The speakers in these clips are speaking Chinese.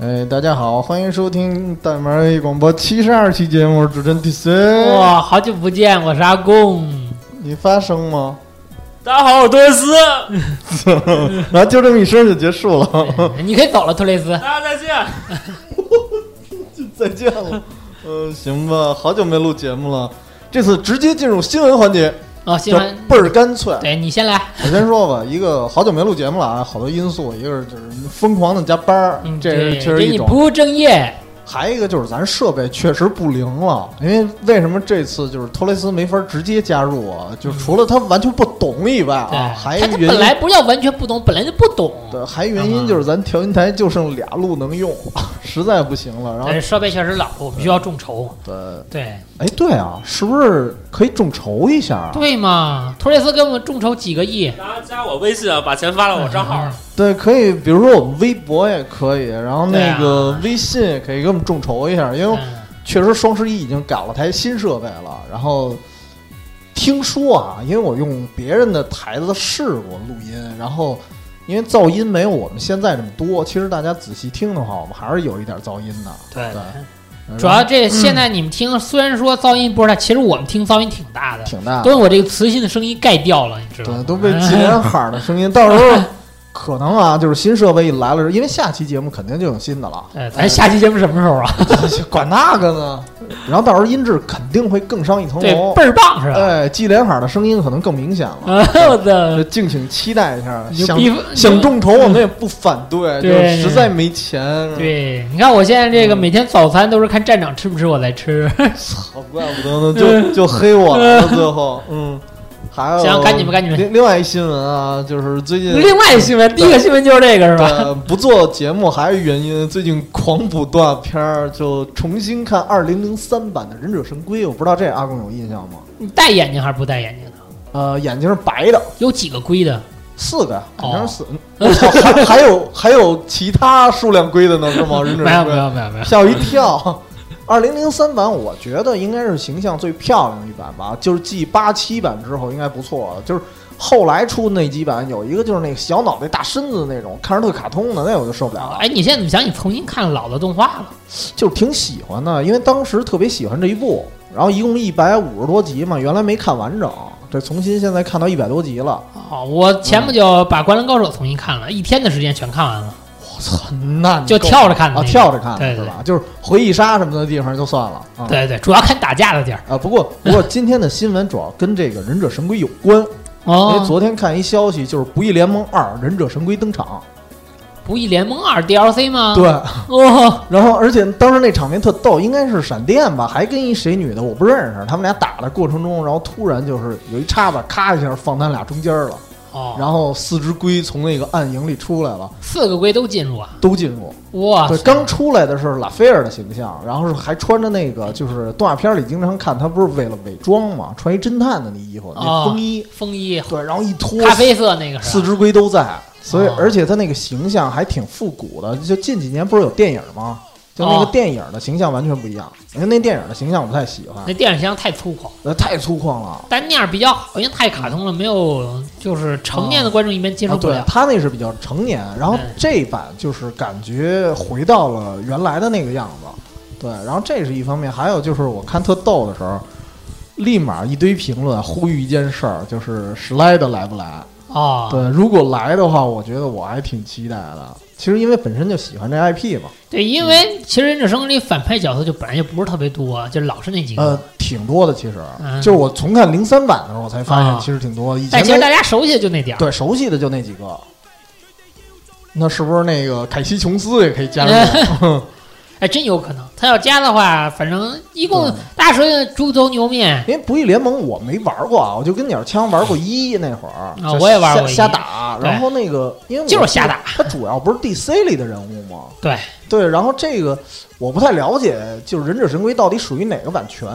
哎，大家好，欢迎收听大门儿 A 广播七十二期节目，主持人 DC。哇，好久不见，我是阿贡。你发声 吗？大家好，我托雷斯。然后就这么一声就结束了， 你可以走了，托雷斯。大家再见。就 再见了。嗯，行吧，好久没录节目了，这次直接进入新闻环节，哦，新就闻，倍儿干脆。对你先来。我先说吧，一个好久没录节目了啊，好多因素，一个是就是疯狂的加班儿，嗯，这是对，确实给一你种不务正业。还有一个就是咱设备确实不灵了，因为为什么这次就是托雷斯没法直接加入啊？就除了他完全不懂以外对啊，，还有他一他个原本因来不叫完全不懂，本来就不懂。对，还有一原因就是咱调音台就剩俩路能用，实在不行了。然后但是设备确实老，我们需要众筹。对，对，哎对啊，是不是可以众筹一下啊？对嘛？托雷斯给我们众筹几个亿。然后加我微信啊，把钱发到我账号。对，可以，比如说我们微博也可以，然后对那啊个微信也可以给我们众筹一下，因为嗯确实双十一已经搞了台新设备了，然后听说啊，因为我用别人的台子试过录音，然后因为噪音没有我们现在这么多，其实大家仔细听的话，我们还是有一点噪音的。对对嗯然后主要这现在你们听，虽然说噪音不是大，其实我们听噪音挺大的，挺大都，被我这个磁性的声音盖掉了，你知道嗯对，吗？嗯都被截喊的声音，到时候可能啊，就是新设备一来了，因为下期节目肯定就有新的了， 哎，咱下期节目什么时候啊？管那个呢。然后到时候音质肯定会更上一层对，楼倍，儿啊棒是吧？哎，季连海的声音可能更明显了。啊，我 的就敬请期待一下，牛想逼啊想众筹我们也不反对，就嗯对是实在没钱，，对，你看我现在嗯这个每天早餐都是看站长吃不吃我再吃，操，怪不得呢，就就黑我了，最后，嗯，还有，嗯行赶紧吧赶紧吧另另外一新闻啊，就是最近 另外一新闻，第一个新闻就是这个是吧？呃，不做节目还有原因，最近狂补动画片儿，就重新看二零零三版的《忍者神龟》，我不知道这阿公有印象吗？你戴眼镜还是不戴眼镜的？呃，眼睛是白的，有几个龟的？四个，眼睛哦是四，嗯还还有还有其他数量龟的呢，是 吗？忍者没有神没龟，有没有没有，吓我一跳。二零零三版，我觉得应该是形象最漂亮的一版吧，就是继八七版之后应该不错了。就是后来出那几版，有一个就是那个小脑袋大身子那种，看着特卡通的，那我就受不了了。哎，你现在怎么想起重新看老的动画了？就是挺喜欢的，因为当时特别喜欢这一部，然后一共一百五十多集嘛，原来没看完整，这重新现在看到一百多集了，哦，我前不久把《灌篮高手》重新看了，一天的时间全看完了。我操，那你就够跳着看的啊，那个跳着看的对是对吧？就是回忆杀什么的地方就算了啊。对对，主要看打架的地儿。啊，不过不过今天的新闻主要跟这个《忍者神龟》有关，因为哦，哎昨天看一消息，就是《不义联盟二：忍者神龟》登场，不义联盟二 DLC 吗？对，哦，然后而且当时那场面特逗，应该是闪电吧，还跟一谁女的我不认识，他们俩打的过程中，然后突然就是有一叉子咔一下放他俩中间了。哦，啊然后四只龟从那个暗影里出来了，四个龟都进入啊！都进入。哇对，塞，刚出来的是拉斐尔的形象，然后是还穿着那个，就是动画片里经常看，他不是为了伪装嘛，穿一侦探的那衣服，那哦风衣。风衣对，然后一脱，咖啡色那个是四吧？只龟都在，所以哦而且他那个形象还挺复古的。就近几年不是有电影吗？就那个哦电影的形象完全不一样，因为那电影的形象我不太喜欢那，电影箱太粗犷。那太粗犷了。但那样比较好，因为太卡通了，没有就是成年的观众一般接受啊，不对，了。他那是比较成年，然后嗯这版就是感觉回到了原来的那个样子，对，然后这是一方面，还有就是我看特逗的时候，立马一堆评论呼吁一件事儿，就是史莱德来不来？哦，对，如果来的话，我觉得我还挺期待的。其实因为本身就喜欢这 IP 嘛，对因为其实忍者神龟里反派角色就本来就不是特别多，就老是那几个。呃，挺多的。其实、嗯就是我重看零三版的时候，我才发现啊其实挺多的。以前但其实没大家熟悉的就那点儿。对熟悉的就那几个，那是不是那个凯西琼斯也可以加入？哎，真有可能，他要加的话，反正一共对大家熟悉的猪头牛 面，因为不义联盟我没玩过啊，我就跟鸟枪玩过一那会儿，就啊我也玩过瞎一瞎打，对然后那个因为我就是瞎打，它主要不是 DC 里的人物吗？ 对对，然后这个我不太了解，就是忍者神龟到底属于哪个版权，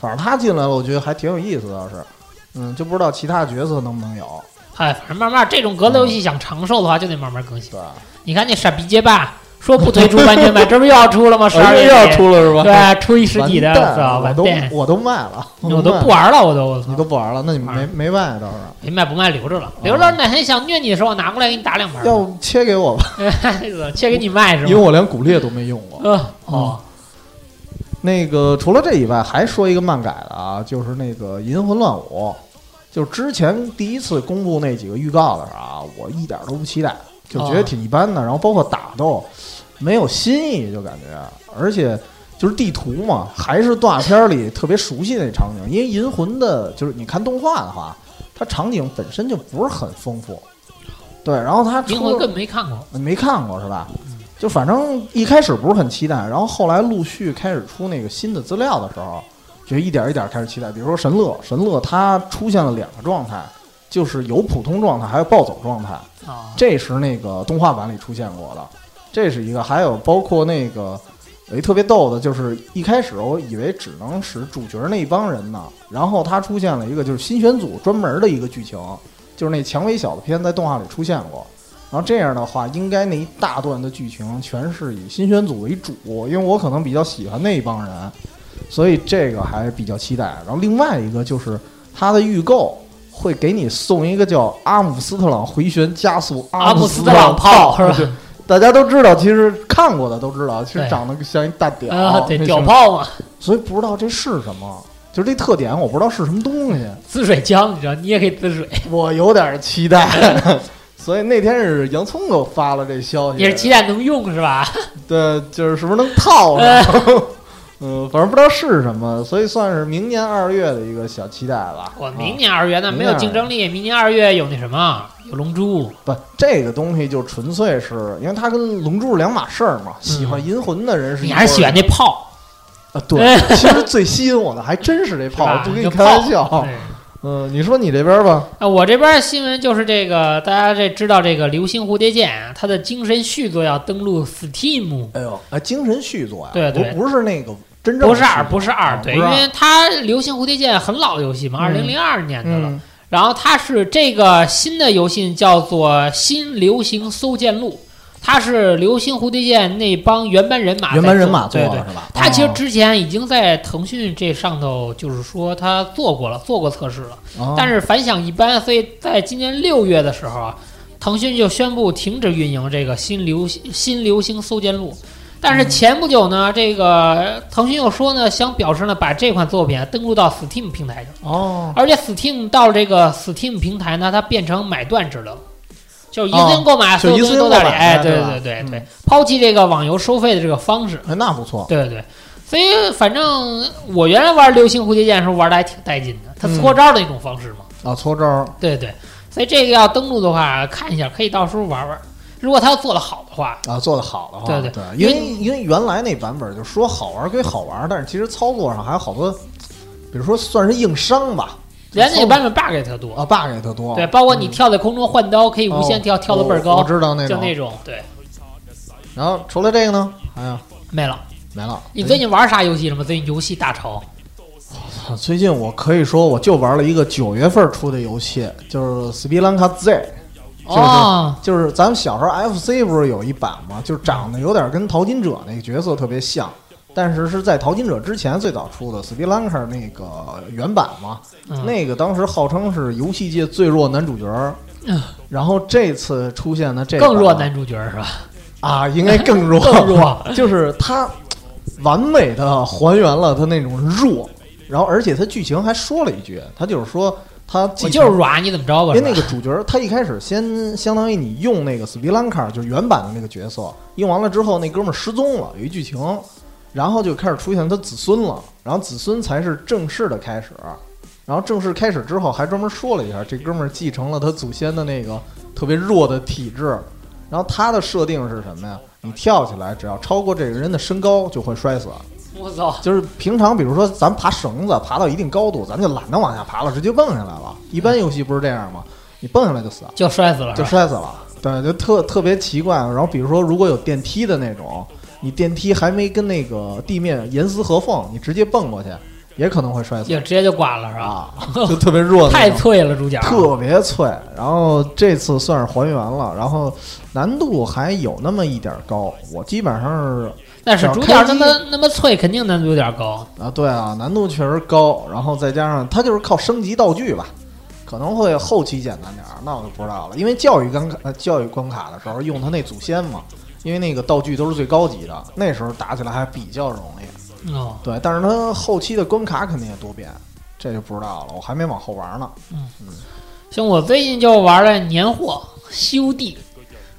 反正他进来了，我觉得还挺有意思的，倒是，嗯，就不知道其他角色能不能有，哎，反正慢慢这种格斗游戏想长寿的话，就得慢慢更新。对吧，你看那傻逼街霸。说不推出完全版，这不又要出了吗？十二啊又月底要出了是吧？对，出一实体的，完是蛋吧？我完都蛋，我都卖了，我都卖了，不玩了，我都我你操都，不玩了，那你没没卖倒是？你卖不卖留着了，留哦着哪天想虐你的时候，我拿过来给你打两盘儿， 哎要不切给我吧，切给你卖是因为吧？我连骨裂都没用过。呃，哦哦，那个除了这以外，还说一个漫改的啊，就是那个《银魂乱舞》，就是之前第一次公布那几个预告的时候啊，我一点都不期待，就觉得哦挺一般的。然后包括打斗没有新意，就感觉，而且就是地图嘛，还是动画片里特别熟悉那场景。因为《银魂》的，就是你看动画的话，它场景本身就不是很丰富。对，然后它银出了魂更没看过，你没看过是吧？就反正一开始不是很期待，然后后来陆续开始出那个新的资料的时候，就一点一点开始期待。比如说神乐，神乐它出现了两个状态，就是有普通状态，还有暴走状态，啊，这是那个动画版里出现过的，这是一个。还有包括那个有一特别逗的，就是一开始我以为只能使主角那一帮人呢，然后它出现了一个就是新选组专门的一个剧情，就是那蔷薇小子篇在动画里出现过。然后这样的话，应该那一大段的剧情全是以新选组为主，因为我可能比较喜欢那一帮人，所以这个还比较期待。然后另外一个就是它的预购会给你送一个叫阿姆斯特朗回旋加速 阿姆姆斯斯特朗朗炮 是吧对大家都知道，其实看过的都知道，其实对长得像一大屌，啊，对，哦那屌是，炮嘛，所以不知道这是什么，就是这特点我不知道是什么东 西。滋水枪，你知道，你也可以滋水，我有点期 待。 所以那天是洋葱给我发了这消息，也是期待能用是吧？哦对，就是是不是能套哎上？ 嗯，反正不知道是什么，所以算是明年二月的一个小期待吧。我明啊、年二月那明没年有二竞月争力，明年二月有那什么，有龙珠，不，这个东西就纯粹是因为它跟《龙珠》是两码事儿嘛。喜欢银魂的人是一嗯你还是喜欢那那炮，啊？对， 其实最吸引我的还真是这是炮，吧不跟就你开玩炮哎笑。对嗯，你说你这边吧，啊，我这边儿新闻就是这个，大家这知道这个《流星蝴蝶剑》啊，它的精神续作要登陆 Steam，哎呦，啊，精神续作呀，对对不不是那个真正的不是二，续作不是二啊，对，不因是二为它《流星蝴蝶剑》很老的游戏嘛，二嗯零零二年的了。嗯，然后它是这个新的游戏叫做《新流行搜剑录》，它是《流星蝴蝶剑》那帮原班人马原啊在班人做马做对对的是吧？他其实哦之前已经在腾讯这上头，就是说他做过了，做过测试了，哦但是反响一般，所以在今年六月的时候啊，腾讯就宣布停止运营这个新流行新流行搜剑录。但是嗯前不久呢，这个腾讯又说呢，想表示呢，把这款作品啊登录到 Steam 平台上，哦，而且 Steam 到了这个 Steam 平台呢，它变成买断制了，就是一次性购买，哦所有东西都在就里，一次性购买哎，对嗯对吧对对对，抛弃这个网游收费的这个方式。哎，那不错，对对，所以反正我原来玩流星蝴蝶剑的时候玩的还挺带劲的，它嗯搓招的一种方式嘛。啊，搓招儿，对对，所以这个要登录的话，看一下，可以到时候玩玩。如果它要做的好的话，啊，做的好的话，对对因因为因为原来那版本就说好玩归好玩，但是其实操作上还有好多，比如说算是硬伤吧，人家那操个版本 bug 也特多，啊 bug 也特多，对，包括你跳在空中换刀可以嗯，无限跳，哦跳的倍儿我我高，知道那就种那种，对，然后除了这个呢，哎呀，没了。没了。你最近玩啥游戏了吗？最近游戏大潮，哎最近我可以说我就玩了一个九月份出的游戏，就是《斯皮兰卡 Z》。就是哦，就是咱们小时候 FC 不是有一版吗？就是长得有点跟淘金者那个角色特别像，但是是在淘金者之前最早出的 s p i l a n k e r 那个原版嘛。嗯那个当时号称是游戏界最弱男主角儿，嗯然后这次出现的这更弱版男主角是吧？啊，应该更弱，更弱， 就是他完美的还原了他那种弱，然后而且他剧情还说了一句，他就是说他我技就巧是软，你怎么着 因吧？为是吧那个主角儿他一开始先相当于你用那个斯皮兰卡，就是原版的那个角色，用完了之后那哥们儿失踪了，有一剧情，然后就开始出现他子孙了，然后子孙才是正式的开始，然后正式开始之后还专门说了一下，这哥们儿继承了他祖先的那个特别弱的体质，然后他的设定是什么呀？你跳起来只要超过这个人的身高就会摔死，我操，就是平常，比如说咱爬绳子，爬到一定高度，咱就懒得往下爬了，直接蹦下来了。一般游戏不是这样吗？你蹦下来就死，就摔死了，就摔死了。对，就特特别奇怪。然后比如说，如果有电梯的那种，你电梯还没跟那个地面严丝合缝，你直接蹦过去，也可能会摔碎也直接就挂了是吧？啊，就特别热闹，太脆了，主角特别脆。然后这次算是还原了，然后难度还有那么一点高。我基本上是但是主角那么那么脆，肯定难度有点高。啊，对啊，难度确实高，然后再加上它就是靠升级道具吧，可能会后期简单点儿，那我就不知道了。因为教育关卡、呃教育关卡的时候用它那祖先嘛，因为那个道具都是最高级的，那时候打起来还比较容易。哦，对，但是它后期的关卡肯定也多变，这就不知道了，我还没往后玩呢。像我最近就玩了年货 修地，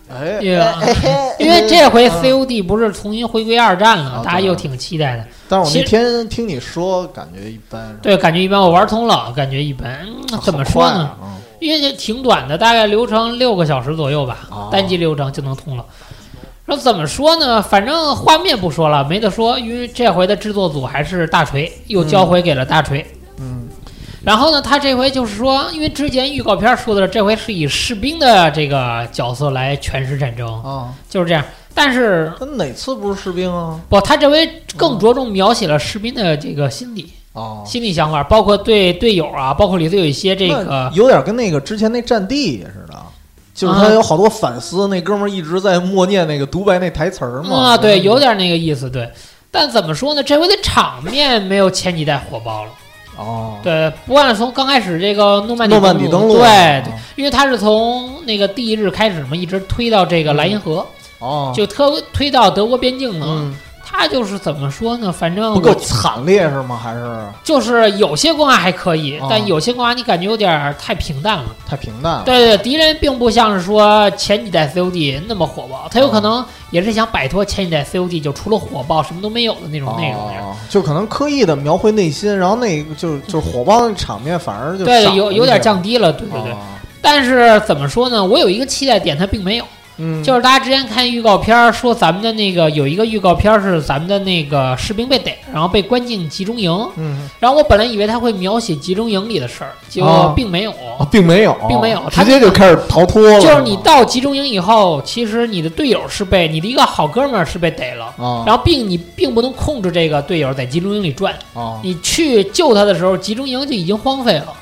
哎，对啊哎哎因为这回嗯 COD 不是重新回归二战了啊吗，大家对又挺期待的。但是我其那实天听你说，感觉一般。是吧，对，感觉一般，我玩通了，感觉一般。嗯怎么好说快呢？啊？嗯因为这挺短的，大概流程六个小时左右吧，哦单机流程就能通了。说怎么说呢？反正画面不说了，没得说，因为这回的制作组还是大锤，又交回给了大锤。嗯，然后呢，他这回就是说，因为之前预告片说的，这回是以士兵的这个角色来诠释战争，啊，就是这样。但是他哪次不是士兵啊？不，他这回更着重描写了士兵的这个心理、嗯哦，心理想法，包括对队友啊，包括里头有一些这那个，有点跟那个之前那战地似的，就是他啊有好多反思，那哥们儿一直在默念那个独白那台词儿嘛。啊，对，有点那个意思，对。但怎么说呢？这回的场面没有前几代火爆了。哦，对，不管是从刚开始这个诺曼底诺曼底登陆对对啊，因为它是从那个第一日开始嘛，一直推到这个莱茵河，哦，就特推到德国边境呢。嗯，它就是怎么说呢？反正不够我惨烈是吗？还是就是有些关卡还可以啊，但有些关卡你感觉有点儿太平淡了。太平淡了？对对，敌人并不像是说前几代 COD 那么火爆，他有可能也是想摆脱前几代 COD 就除了火爆什么都没有的那种哦，内容那样。就可能刻意的描绘内心，然后那个就是就是火爆那场面反而就对少，了有一有点降低了，对对对。哦但是怎么说呢？我有一个期待点，它并没有。嗯，就是大家之前看预告片儿说咱们的那个有一个预告片儿是咱们的那个士兵被逮，然后被关进集中营。嗯，然后我本来以为他会描写集中营里的事儿，结啊果并没有。哦，并没有，并没有直他接就开始逃脱了，就是你到集中营以后，其实你的队友是被你的一个好哥们儿是被逮了。啊然后并你并不能控制这个队友在集中营里转，啊你去救他的时候，集中营就已经荒废了，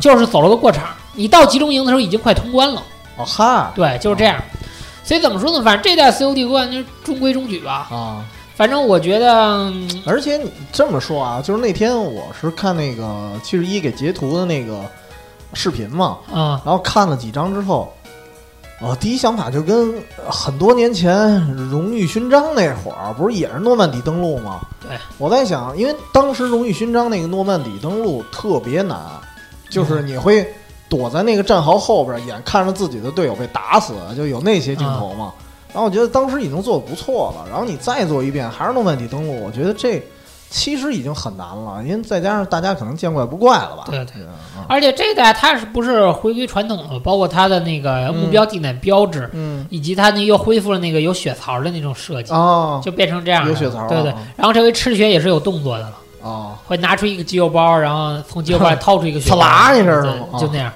就是走了个过场。你到集中营的时候已经快通关了，哦嗨对，就是这样。所以怎么说呢？反正这代 COD 冠军中规中矩吧。啊。反正我觉得，嗯而且你这么说啊，就是那天我是看那个七十一给截图的那个视频嘛，啊，然后看了几张之后，我第一想法就跟呃很多年前荣誉勋章那会儿，不是也是诺曼底登陆吗？对，我在想，因为当时荣誉勋章那个诺曼底登陆特别难，就是你会躲在那个战壕后边，眼看着自己的队友被打死，就有那些镜头嘛。嗯然后我觉得当时已经做的不错了，然后你再做一遍还是诺曼底登陆，我觉得这其实已经很难了，因为再加上大家可能见怪不怪了吧。对对嗯，而且这代它是不是回归传统了？包括它的那个目标地点标志，嗯以及它那又恢复了那个有血槽的那种设计，哦就变成这样了。有血槽啊对对。然后这回吃血也是有动作的了。哦会拿出一个鸡肉包，然后从鸡肉包里 掏出一个血包，刺啦一啊声是吗对就那样。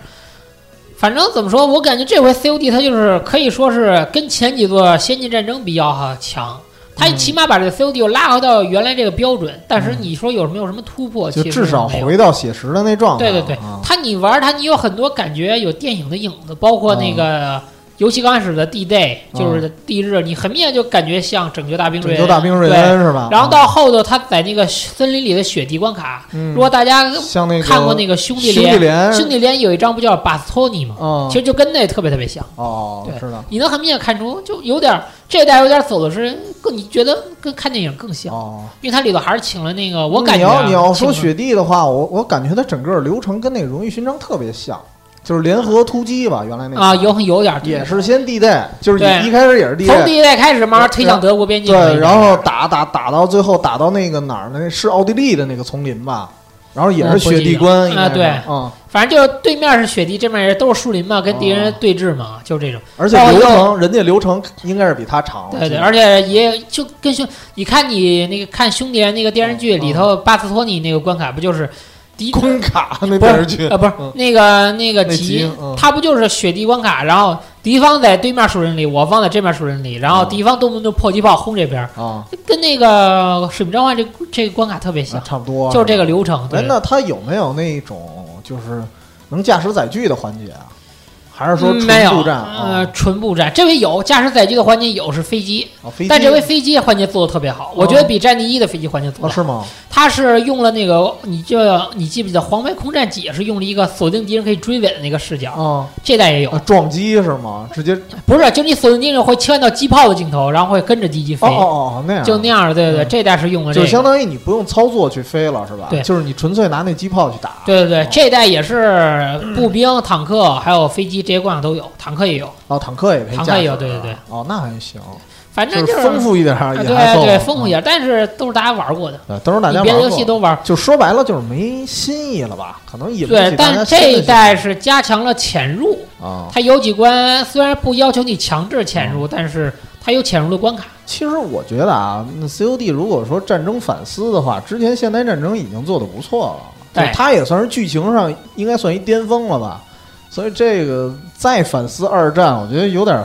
反正怎么说，我感觉这回 COD 它就是可以说是跟前几座《仙境战争》比较哈强，它嗯起码把这个 COD 又拉回到原来这个标准。但是你说有什么有什么突破？就其实至少呃没有。回到写实的那状态对了对啊。对，它你玩它，你有很多感觉有电影的影子，包括嗯那个游戏刚开始的地 day，就是地日，你很明显就感觉像拯救大兵瑞拯恩。救大兵瑞对。恩啊是吧？然后到后头，他在那个森林里的雪地关卡，嗯如果大家像那个看过那个兄弟兄弟连，连兄弟连有一张不叫巴斯托尼吗？啊其实就跟那特别特别像，哦对知道你能很明显看出，就有点儿这一代有点走的是更，你觉得跟看电影更像，哦。嗯因为它里头还是请了那个，我感觉你啊要你要说请了雪地的话，我我感觉它整个流程跟那个荣誉勋章特别像，就是联合突击吧，原来那个啊，有有点儿也是先地带，就是对一一开始也是地从带。第一代开始慢慢推向德国边境了已对，经，然后打打打到最后打到那个哪儿呢？是奥地利的那个丛林吧，然后也是嗯不雪记地得关，啊应该是对嗯，反正就是对面是雪地，这面也都是树林嘛，跟敌人哦对峙嘛，就是这种。而且然后流又程人家流程应哦该是比他长了，哦对对，基本上而且也就跟兄，你看你那个看兄弟连那个电视剧里哦头，巴斯托尼那个关卡不就是敌 工卡那电视剧啊，不是嗯那个那个那集集嗯，它不就是雪地关卡，然后敌方在对面数人里，我方在这面数人里，然后嗯敌方动不动就迫击炮轰这边，啊，跟那个《使命召唤》这这个关卡特别那像，差不多。就是这个流程。哎对，，啊那他有没有那种就是能驾驶载具的环节啊？还是说嗯纯没有步战呃，啊？纯步战。这回有驾驶载具的环节，有是飞机，啊飞机？哦但这回飞机环节做的特别好，我觉得比《战地一》的飞机环节做啊的是吗？他是用了那个，你就你记不记得《黄牌空战几》也是用了一个锁定敌人可以追尾的那个视角，啊，这代也有啊，撞击是吗？直接不是，就你锁定敌人会切换到机炮的镜头，然后会跟着敌机飞哦，哦哦那样就那样的，对对对，嗯这代是用了这就相个，当于你不用操作去飞了是吧？对就是你纯粹拿那机炮去打。对对对，这代也是步兵、坦克还有飞机这些关卡都有，坦克也有，哦，坦克也可以驾驶啊。坦克也有对对对哦，那还行，反正就是是丰富一点儿啊也还对够。对，丰富一点。点，但是都是大家玩过的，对，都是大你家别的玩游戏过。都玩。就说白了就是没新意了吧？可能引不对起，大家但新的这一兴趣代是加强了潜入，啊。它有几关虽然不要求你强制潜嗯入，但是它有潜入的关卡。其实我觉得啊那，COD 如果说战争反思的话，之前现代战争已经做得不错了，对就它也算是剧情上应该算一巅峰了吧。所以这个再反思二战，我觉得有点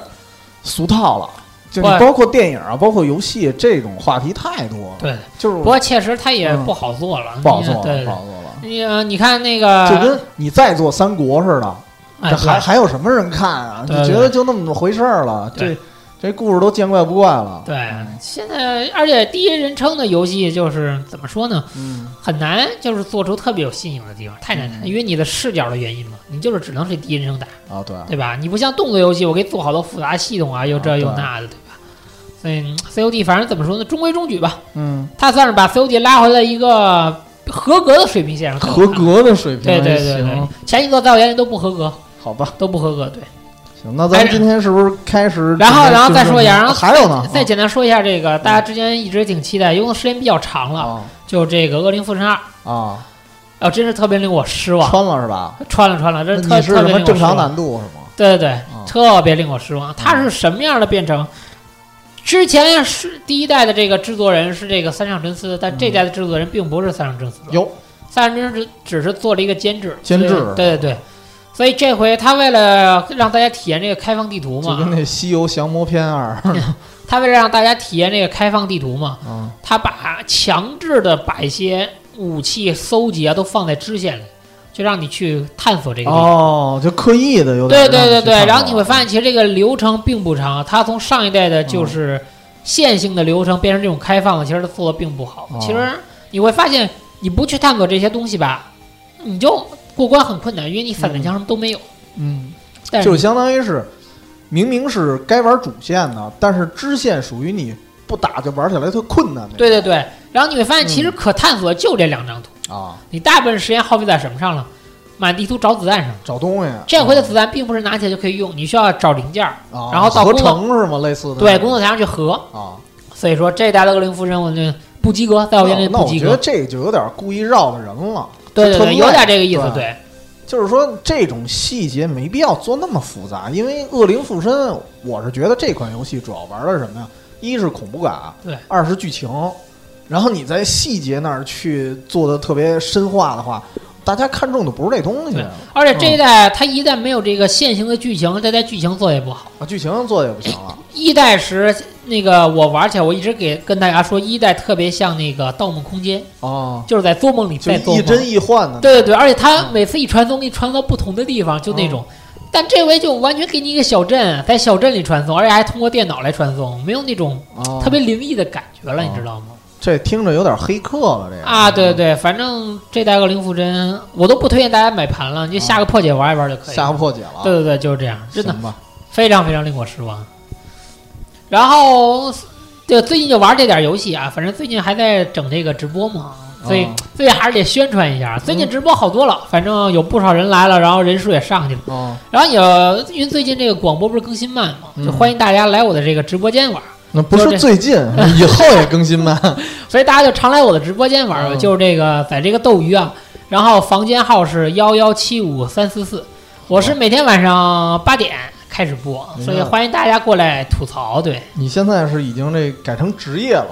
俗套了。就你不包括电影啊，包括游戏这种话题太多了，对，就是不过确实它也嗯不好做了，不好做对了，对不好做了。你呃你看那个，就跟你再做三国似的，哎这还对还有什么人看啊？对你觉对得就那么回事儿了？这对这故事都见怪不怪了。对，现在而且第一人称的游戏就是怎么说呢，嗯，很难就是做出特别有新颖的地方，太难看，嗯因为你的视角的原因嘛，你就是只能是第一人称打，啊，对，对吧？你不像动作游戏，我给你做好多复杂系统啊，又这啊又对那的，对吧？所以嗯 COD 反正怎么说呢，中规中矩吧，嗯，它算是把 COD 拉回了一个合格的水平线上。合。格的水平，对对对对行，，前几座在我眼里都不合格，好吧，哎都不合格。对，行，那咱还们是今天是不是开始？然后然后再说一下然后还有呢，再啊嗯简单说一下这个，大家之前一直挺期待，因为时间比较长了，就这个《恶灵附身二》，啊啊，真是特别令我失啊，望。穿了是吧？穿了穿了，那这是你特是特什别么令我正失常望。难度是吗？对对对，啊特别令我失望。它是什么样的变成？之前是第一代的这个制作人是这个三上真司，但这代的制作人并不是三上真司。哟，三上真司只只是做了一个监制，监制所以对对对。所以这回他为了让大家体验这个开放地图就跟嘛，那《西游降魔篇二》他为了让大家体验这个开放地图嘛， 啊他把强制的把一些武器搜集啊都放在支线里，就让你去探索这个地方。哦，就刻意的有对点让对对对，去看然后你会了发现，其实这个流程并不长，它从上一代的嗯就是线性的流程变成这种开放的，其实它做的并不好哦。其实你会发现，你不去探索这些东西吧，你就过关很困难，因为你散弹枪什么都没有。嗯，但是就你相当于是明明是该玩主线的，但是支线属于你不打就玩起来特困难的。对对对，然后你会发现，嗯其实可探索就这两张图，啊，你大部分时间耗费在什么上了？满地图找子弹上。找东西。这回的子弹并不是拿起来就可以用，你需要找零件儿，啊，然后到合工作成是吗？类似的对，工作台上去合。啊，所以说，这一代的恶灵附身，我就不及格，在我眼里哦那不我及觉格得。这就有点故意绕的人了。对对特对，别有累点这个意思，对对就是说这种细节没必要做那么复杂，因为《恶灵附身》，我是觉得这款游戏主要玩的是什么呀？一是恐怖感，对二是剧情。然后你在细节那儿去做的特别深化的话，大家看中的不是这东西对啊，而且这一代它一旦没有这个线性的剧情，这代剧情做也不好。啊剧情做的也不行啊了。一代时那个我玩起来，我一直给跟大家说，一代特别像那个《盗梦空间》，哦，就是在做梦里就在做一梦。真一幻的。嗯对对对，而且它每次一传送，给你传送到不同的地方，就那种。但这回就完全给你一个小镇，在小镇里传送，而且还通过电脑来传送，没有那种哦，特别灵异的感觉了，哦你知道吗？这听着有点黑客了，这个啊，对对，对，反正这代恶灵附身，我都不推荐大家买盘了，你就下个破解玩一玩就可以了。吓破解了，啊对对对，就是这样，真的行吧？非常非常令我失望。然后，对最近就玩这点游戏啊，反正最近还在整这个直播嘛，所以哦最近还是得宣传一下。最近直播好多了，反正有不少人来了，然后人数也上去了。哦，然后有，因为最近这个广播不是更新慢嘛，嗯就欢迎大家来我的这个直播间玩。那不就是是最 近，以后也更新吧？ 所以大家就常来我的直播间玩儿吧，嗯就是这个在这个斗鱼啊，然后房间号是幺幺七五三四四，我是每天晚上八点开始播，明白所以欢迎大家过来吐槽。对你现在是已经这改成职业了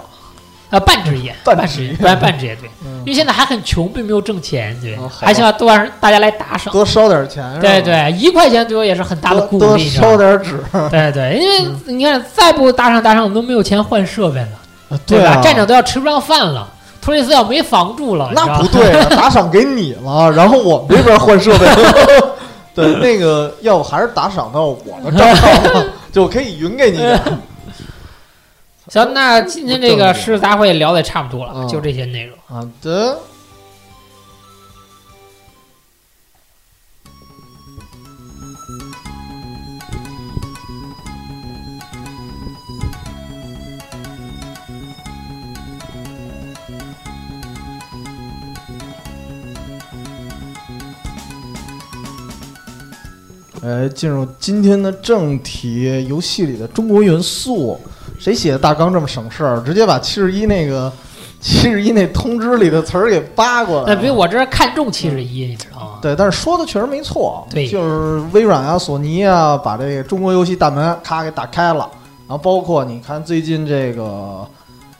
呃，半职业，半半职业半半职业对，因嗯，为现在还很穷，并没有挣钱，对，哦好还希望多让大家来打赏。多烧点钱，是吧对，对，一块钱对我也是很大的鼓多多嗯励，你知道烧吗点纸，对对，因为你看，再不打赏打赏，我们都没有钱换设备了，对吧？啊站长都要吃不上饭了，托雷斯要没房住了，你知道那不吗对啊，打赏给你了，然后我们这边换设备。 对，那个要不还是打赏到我的账号 吧，就可以匀给你点儿。行，那今天这个诗词大会聊的也差不多了，嗯就这些内容。好的，来哎进入今天的正题，游戏里的中国元素，谁写的大纲这么省事儿？直接把七十一那个七十一那通知里的词儿给扒过来那比了。我这看重七十一，你知道吗？对，但是说的确实没错，啊啊对就是微软啊、索尼啊，把这个中国游戏大门咔给打开了。然后包括你看最近这个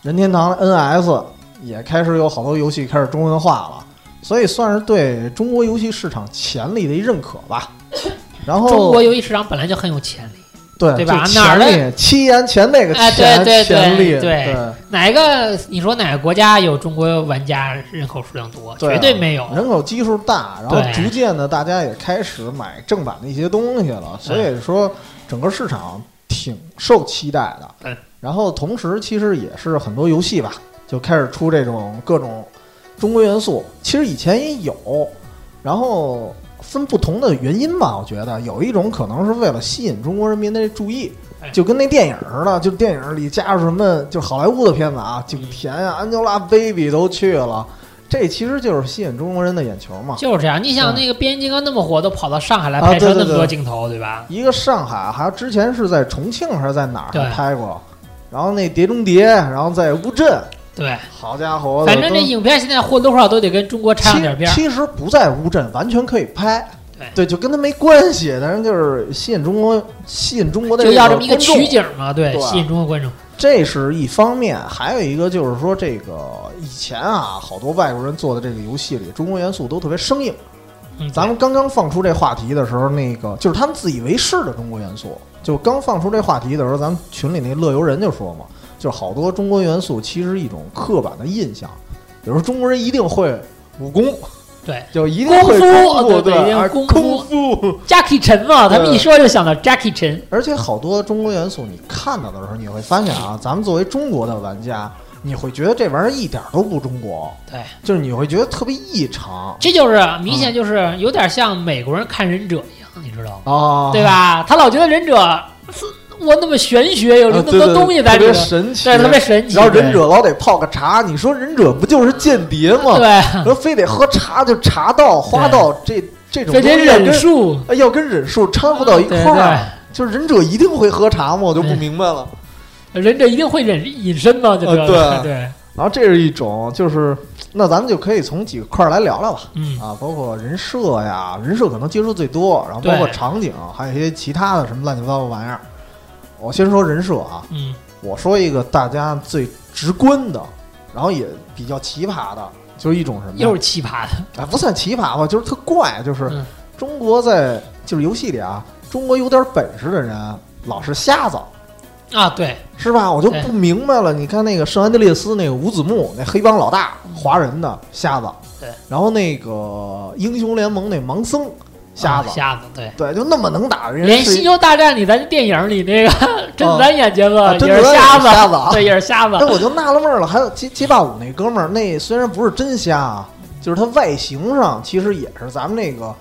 任天堂的 NS 也开始有好多游戏开始中文化了，所以算是对中国游戏市场潜力的一认可 吧。然后中国游戏市场本来就很有潜力，对对吧就哪儿的潜力七言前那个哎对潜对对潜力，对对哪个你说哪个国家有中国玩家人口数量多？对啊绝对没有。人口基数大，然后对逐渐的大家也开始买正版的一些东西了，所以说整个市场挺受期待的。嗯然后同时其实也是很多游戏吧，就开始出这种各种中国元素，其实以前也有，然后分不同的原因吧，我觉得有一种可能是为了吸引中国人民的注意哎。就跟那电影似的，就电影里加入什么，就是好莱坞的片子啊，景甜啊、Angelababy 都去了，这其实就是吸引中国人的眼球嘛。就是这样，你想嗯那个变形金刚那么火，都跑到上海来啊拍摄对对那么多对镜头，对吧？一个上海，还有之前是在重庆还是在哪儿对还拍过，然后那《碟中谍》，然后在乌镇，对，好家伙的，反正这都影片现在或多或少都得跟中国插上点边儿。其其实不在乌镇，完全可以拍对。对，就跟他没关系，但是就是吸引中国，吸引中国的就要这么一个个观众取景嘛，对，对吸引中国观众。这是一方面，还有一个就是说，这个以前啊，好多外国人做的这个游戏里，中国元素都特别生硬。嗯，咱们刚刚放出这话题的时候，那个就是他们自以为是的中国元素。就刚放出这话题的时候，咱们群里那乐游人就说嘛，就是好多中国元素其实一种刻板的印象，比如说中国人一定会武功， 对，就一定功会夫功对对一对，啊定而功功夫。 Jackie 陈嘛，他们一说就想到 Jackie 陈，而且好多中国元素，你看到的时候，你会发现啊，咱们作为中国的玩家，你会觉得这玩意儿一点都不中国，对，就是你会觉得特别异常这就是嗯明显就是有点像美国人看忍者一样，你知道吗？啊，对？吧？他老觉得忍者是我那么玄学，有啊那么对多对东西在特里别头，神奇，对，特别神奇。然后忍对者老得泡个茶，你说忍者不就是间谍吗？对，说非得喝茶就茶道、花道这这种非东得西要忍跟术，哎要跟忍术掺和到一块对对儿，就是忍者一定会喝茶吗？我就不明白了。忍者一定会忍隐身嘛，就呃知道对对，然后这是一种，就是那咱们就可以从几个块儿来聊聊吧。嗯，啊，包括人设呀，人设可能接触最多，然后包括对场景，还有一些其他的什么乱七八糟玩意儿。我先说人设啊，嗯，我说一个大家最直观的，然后也比较奇葩的，就是一种什么呀又是奇葩的，啊，不算奇葩吧，就是特怪，就是嗯中国在就是游戏里啊，中国有点本事的人老是瞎子，啊，对，是吧？我就对不明白了。你看那个圣安地列斯那个五子木，那黑帮老大，华人的瞎子，嗯对，然后那个英雄联盟那盲僧瞎啊子，瞎子，对。对，就那么能打人，连《是星一球大战》里咱电影里那个 甄子丹演角啊色甄也子是丹也瞎是瞎子子，啊对，也是 瞎子哎，，我就纳了闷儿了，还有街街霸五那哥们儿，那虽然不是真瞎啊，就是他外形上其实也是咱们那个，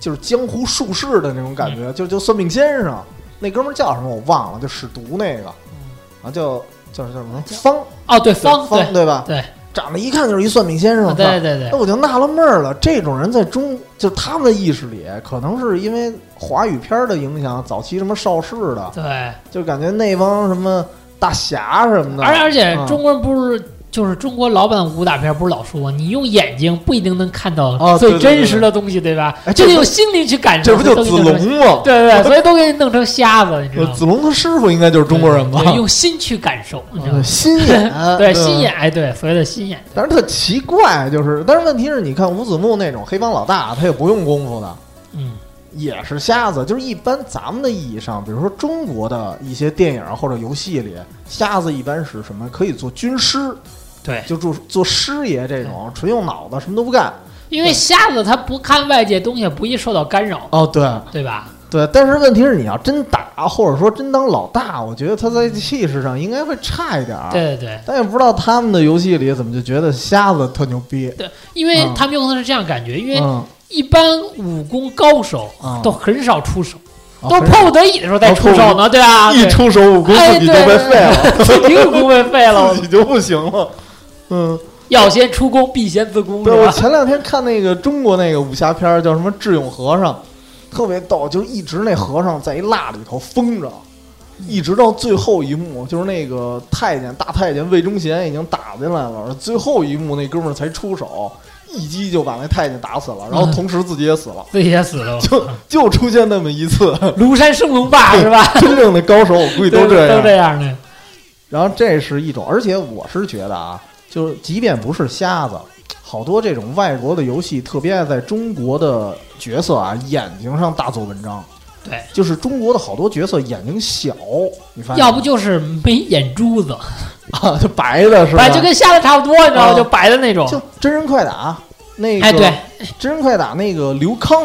就是江湖术士的那种感嗯觉，就就算命先生那哥们儿叫什么我忘了，就使毒那个，啊叫叫叫什么方哦，对，叫嗯方，对方，对吧？对，长得一看就是一算命先生啊，范对儿。对对那，我就纳了闷儿了，这种人在中，就他们的意识里，可能是因为华语片儿的影响，早期什么邵氏的，对，就感觉那帮什么大侠什么的，而而且嗯中国人不是就是中国老版武打片不是老说你用眼睛不一定能看到哦最对对对真实的东西，对吧？哎就这得不用心灵去感这受。不就所以子都给你弄龙成？吗？对 对，对所以都给你弄成瞎子，你知道呃吗？子龙他师傅应该就是中国人吧对？对用心去感受，你知道呃吗？，心眼对，心。眼，哎，对，所谓的心眼，但是特奇怪，就是，但是问题是，你看吴子木那种黑帮老大，他也不用功夫的，嗯，也是瞎子。就是一般咱们的意义上，比如说中国的一些电影或者游戏里，瞎子一般是什么？可以做军师，对，就做做师爷这种，纯用脑子，什么都不干。因为瞎子他不看外界东西，不易受到干扰，哦，对对吧？对，但是问题是，你要真打，或者说真当老大，我觉得他在气势上应该会差一点儿。对对对，但也不知道他们的游戏里怎么就觉得瞎子特牛逼。因为嗯他们有可能是这样感觉，因为嗯，一般武功高手嗯都很少出手，啊都是迫不得已的时候再出手呢，对吧？一对出手武功哎自己就被废了，自己武功被废了， 自己就不行了。嗯，要先出宫，必先自宫，对，是啊我吧？前两天看那个中国那个武侠片儿叫什么《智勇和尚》，特别逗，就是一直那和尚在一蜡里头封着，一直到最后一幕，就是那个太监大太监魏忠贤已经打进来了，最后一幕那哥们儿才出手，一击就把那太监打死了，嗯然后同时自己也死了， 自己也死了，就就出现那么一次，庐山升龙霸是吧？ 真正的高手我估计都这都样。这样的，然后这是一种，而且我是觉得啊，就是即便不是瞎子，好多这种外国的游戏特别爱在中国的角色啊眼睛上大做文章。对，就是中国的好多角色眼睛小，你发现要不就是没眼珠子， 啊，就白的是吧？哎，就跟瞎子差不多，你知道吗？嗯就白的那种，就真人快打那个，哎，对，真人快打那个刘康，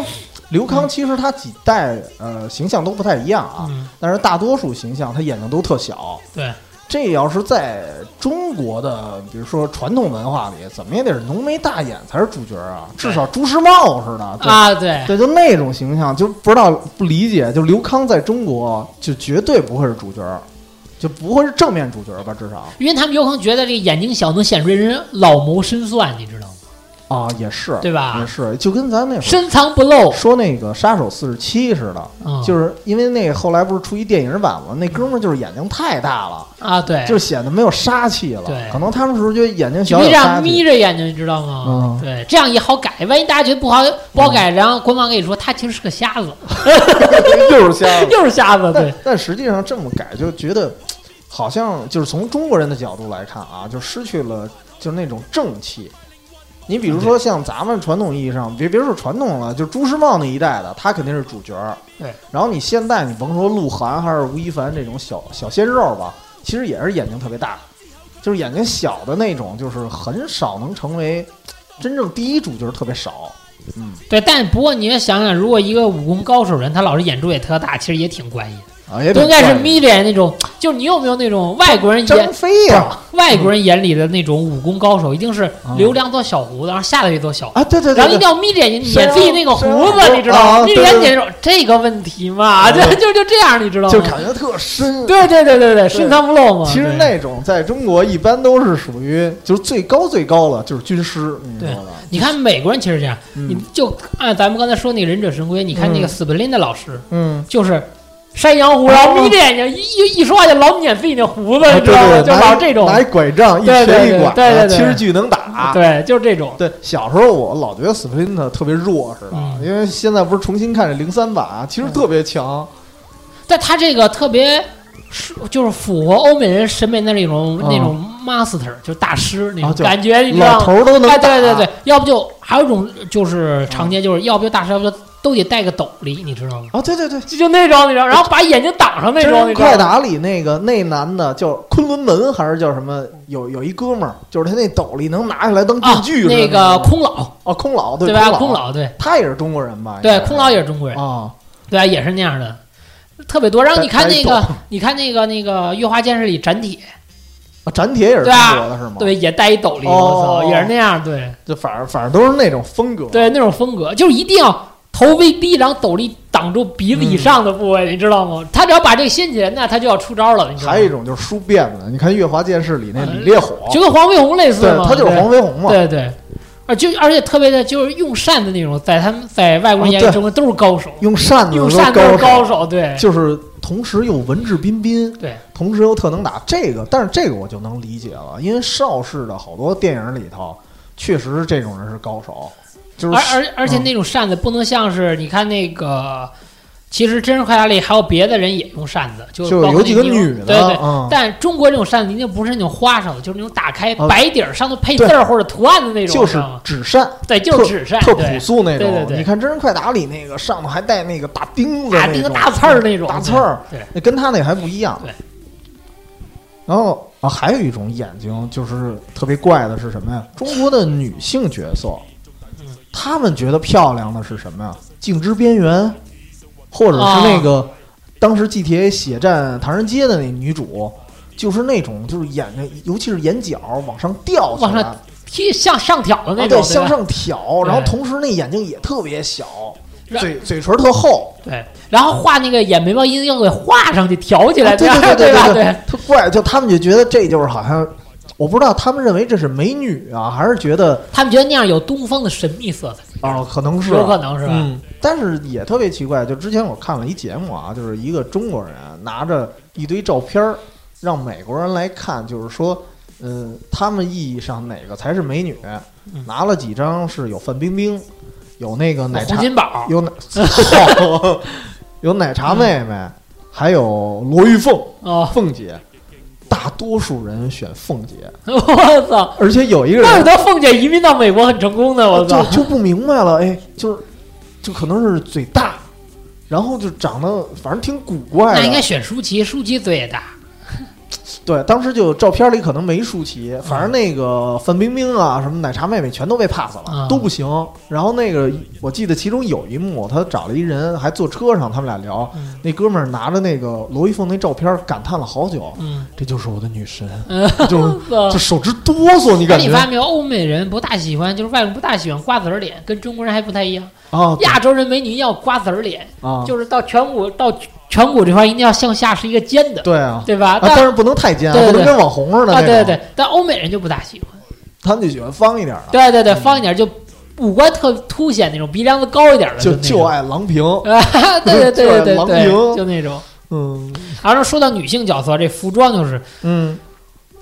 刘康其实他几代呃形象都不太一样啊，嗯，但是大多数形象他眼睛都特小。对，这要是在中国的，比如说传统文化里，怎么也得是浓眉大眼才是主角啊，至少朱时茂似的。对啊，对，对，就那种形象，就不知道不理解。就刘康在中国，就绝对不会是主角，就不会是正面主角吧？至少因为他们有可能觉得这个眼睛小能显出人老谋深算，你知道吗？啊，也是，对也吧？是，就跟咱那会深藏不露儿，说那个杀手四十七似的，嗯，就是因为那个后来不是出一电影版吗？那哥们儿就是眼睛太大了，啊，对，就显得没有杀气了对。可能他们是不是觉得眼睛你小可以有这杀样气？眯着眼睛，你知道吗？嗯对，这样也好改。万一大家觉得不好不好改，然后官方跟你说他其实是个瞎子， 就是瞎了。又是瞎子，对但，但实际上这么改，就觉得好像就是从中国人的角度来看啊，就失去了就是那种正气。你比如嗯说像咱们传统意义上，别别说传统了，就朱时茂那一代的，他肯定是主角儿。对。然后你现在你甭说鹿晗还是吴亦凡这种小小鲜肉吧，其实也是眼睛特别大，就是眼睛小的那种，就是很少能成为真正第一主角，特别少。嗯，对，但不过你要想想，如果一个武功高手人，他老是眼珠也特大，其实也挺怪异的，啊，也都挺应该是怪的眯着眼那种。就是你有没有那种外国人眼张飞呀、外国人眼里的那种武功高手，一定是留两撮小胡子，然后下来一撮小胡子。啊啊，对对对对，然后一定要眯着眼睛撵自己那个胡是子，啊你知道吗？啊眯着眼睛说这个问题嘛，就对就就这样，你知道啊就吗？感觉特深。对对对对对，深藏不露嘛。其实对那种在中国一般都是属于就是最高最高了，就是军师，你知道吧？你看美国人其实这样，嗯你就按咱们刚才说那个忍者神龟，你看那个嗯斯普林的老师嗯，就是山羊胡，然后眯着眼睛一一一说话就老撵自己那胡子，哦啊对你知道吗？对，就拿老一这种，拿一啊拐杖一对对瘸对一拐，啊对对对其实巨能打。对，就是这种。对，小时候我老觉得斯普林特特别弱似的，嗯因为现在不是重新看这零三版啊，其实特别强。但他这个特别是就是符合欧美人审美的那种嗯那种 master，就是大师那啊种就感觉，你知道老吗？头儿都啊能哎，打，对对对，要不就还有一种就是常见，就是要不就大师，要不就都得戴个斗笠，你知道吗？啊，对对对，就就那种，你知道，然后把眼睛挡上那真种，人你知道快吗？打里那个那男的叫昆仑门还是叫什么？有有一哥们儿，就是他那斗笠能拿下来当啊电锯，似的那个种空老，哦，空老哎对对吧？空空，老，对他也是中国人吧？对应，该空老也是中国人，啊，对吧？也是那样的，特别多。然后你看白那 个，你看那个那个《月华剑士》里斩铁，啊展铁也是对中啊国的是吗？，对，也戴一斗笠，哦我操，也是那样，对就反正反正都是那种风格。对，那种风格，就是一定要头微低，然后斗笠挡住鼻嗯子以上的部位，你知道吗？他只要把这个掀起来，那他就要出招了，你知道吗还有一？种就是梳辫子，你看《月华剑士》里那李烈火，就跟黄飞鸿类似对嘛，他就是对黄飞鸿嘛。对对，而就而且特别的就是用扇的那种，在他们在外国啊人眼里对中国都是高手，用扇子用都扇是都是高高手，手，对就是同时又文质彬彬，哎对，同时又特能打。这个，但是这个我就能理解了，因为邵氏的好多电影里头，确实这种人是高手，就是而而而且嗯那种扇子不能像是你看那个，其实《真实快侠》里还有别的人也用扇子，就就是是包括有几个那种女的，对对。嗯，但中国这种扇子一定不是那种花哨的，就是那种打开啊白底儿上头配字对儿或者图案的那种，就知是道吗纸扇，对，就特纸扇，特朴对素那种。对对对你看《真人快打》里那个上头还带那个大钉子那种，打钉子大刺儿那种，大刺儿，对，对那跟他那还不一样。对。然后啊，还有一种眼睛就是特别怪的是什么呀？中国的女性角色嗯，她们觉得漂亮的是什么呀？《镜之边缘》，或者是那哦个、当时 GTA 血战唐人街的那女主，就是那种就是眼睛，尤其是眼角往上吊起往来上，踢向上挑的那啊种，对，对向吧上挑，然后对同时那眼睛也特别小，然嘴嘴唇特厚，对，然后画那个眼眉毛一定要给画上去，挑起来，啊对吧对 对吧？对对，特怪，就他们就觉得这就是好像，我不知道他们认为这是美女啊，还是觉得他们觉得那样有东方的神秘色彩，啊，可能是有可能是吧？嗯，但是也特别奇怪，就之前我看了一节目啊，就是一个中国人拿着一堆照片儿，让美国人来看，就是说，嗯，他们意义上哪个才是美女？嗯拿了几张是有范冰冰，有那个奶洪茶金宝，有奶， 有奶茶妹妹，还有罗玉凤，哦， 凤姐。大多数人选凤姐，我操！而且有一个怪不人啊得凤姐移民到美国很成功呢，我操就！就不明白了，哎，就是就可能是嘴大，然后就长得反正挺古怪那应该的。选舒淇，舒淇嘴也大，对，当时就照片里可能没舒淇，反正那个范冰冰啊，什么奶茶妹妹全都被 pass 了嗯，都不行。然后那个我记得其中有一幕，他找了一人，还坐车上，他们俩聊，嗯那哥们儿拿着那个罗玉凤那照片，感叹了好久，嗯，这就是我的女神，嗯就是我就操手直哆嗦，你那感你觉发现没有，欧美人不大喜欢，就是外国人不大喜欢瓜子儿脸，跟中国人还不太一样。啊对亚洲人美女要瓜子儿脸，啊，就是到颧骨到颧骨这块一定要向下是一个尖的，对啊，对吧？啊，但但是不能太尖啊，对不能对跟网红似的啊，那对种，对，但欧美人就不大喜欢，他们就喜欢方一点的，对对对，方一点就五官特凸显那种，鼻梁子高一点的，就就就那爱郎平，种啊，对对对对对就爱对，郎平就那种。嗯然后说到女性角色，这服装就是嗯，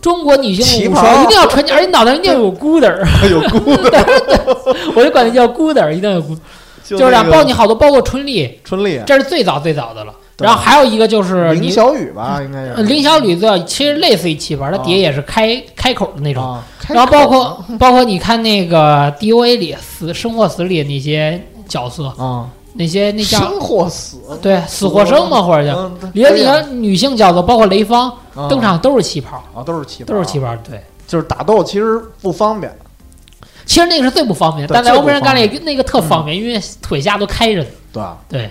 中国女性旗武袍装一定要穿起，而且脑袋一定 要有箍儿，有哎姑娘 我就管它叫箍儿，一定要有箍，就就是那啊个包你好多，包括春丽，春丽、这是最早最早的了。对然后还有一个就是林你小雨吧，应该是呃凌霄旅最其实类似于旗袍，它底下也是开开口的那种。啊，开然后包口括包括你看那个 D O A 里死生或死里那些角色，啊，那些那叫生或死，对死或生嘛，或者叫嗯，里面那个女性角色，包括雷锋啊登场都是旗袍，啊，都是旗袍，都是旗，袍。对，就是打斗其实不方便，其实那个是最不方便，对但在最欧不美人方嗯看来那个特方便，因为腿下都开着呢。对吧？ 对，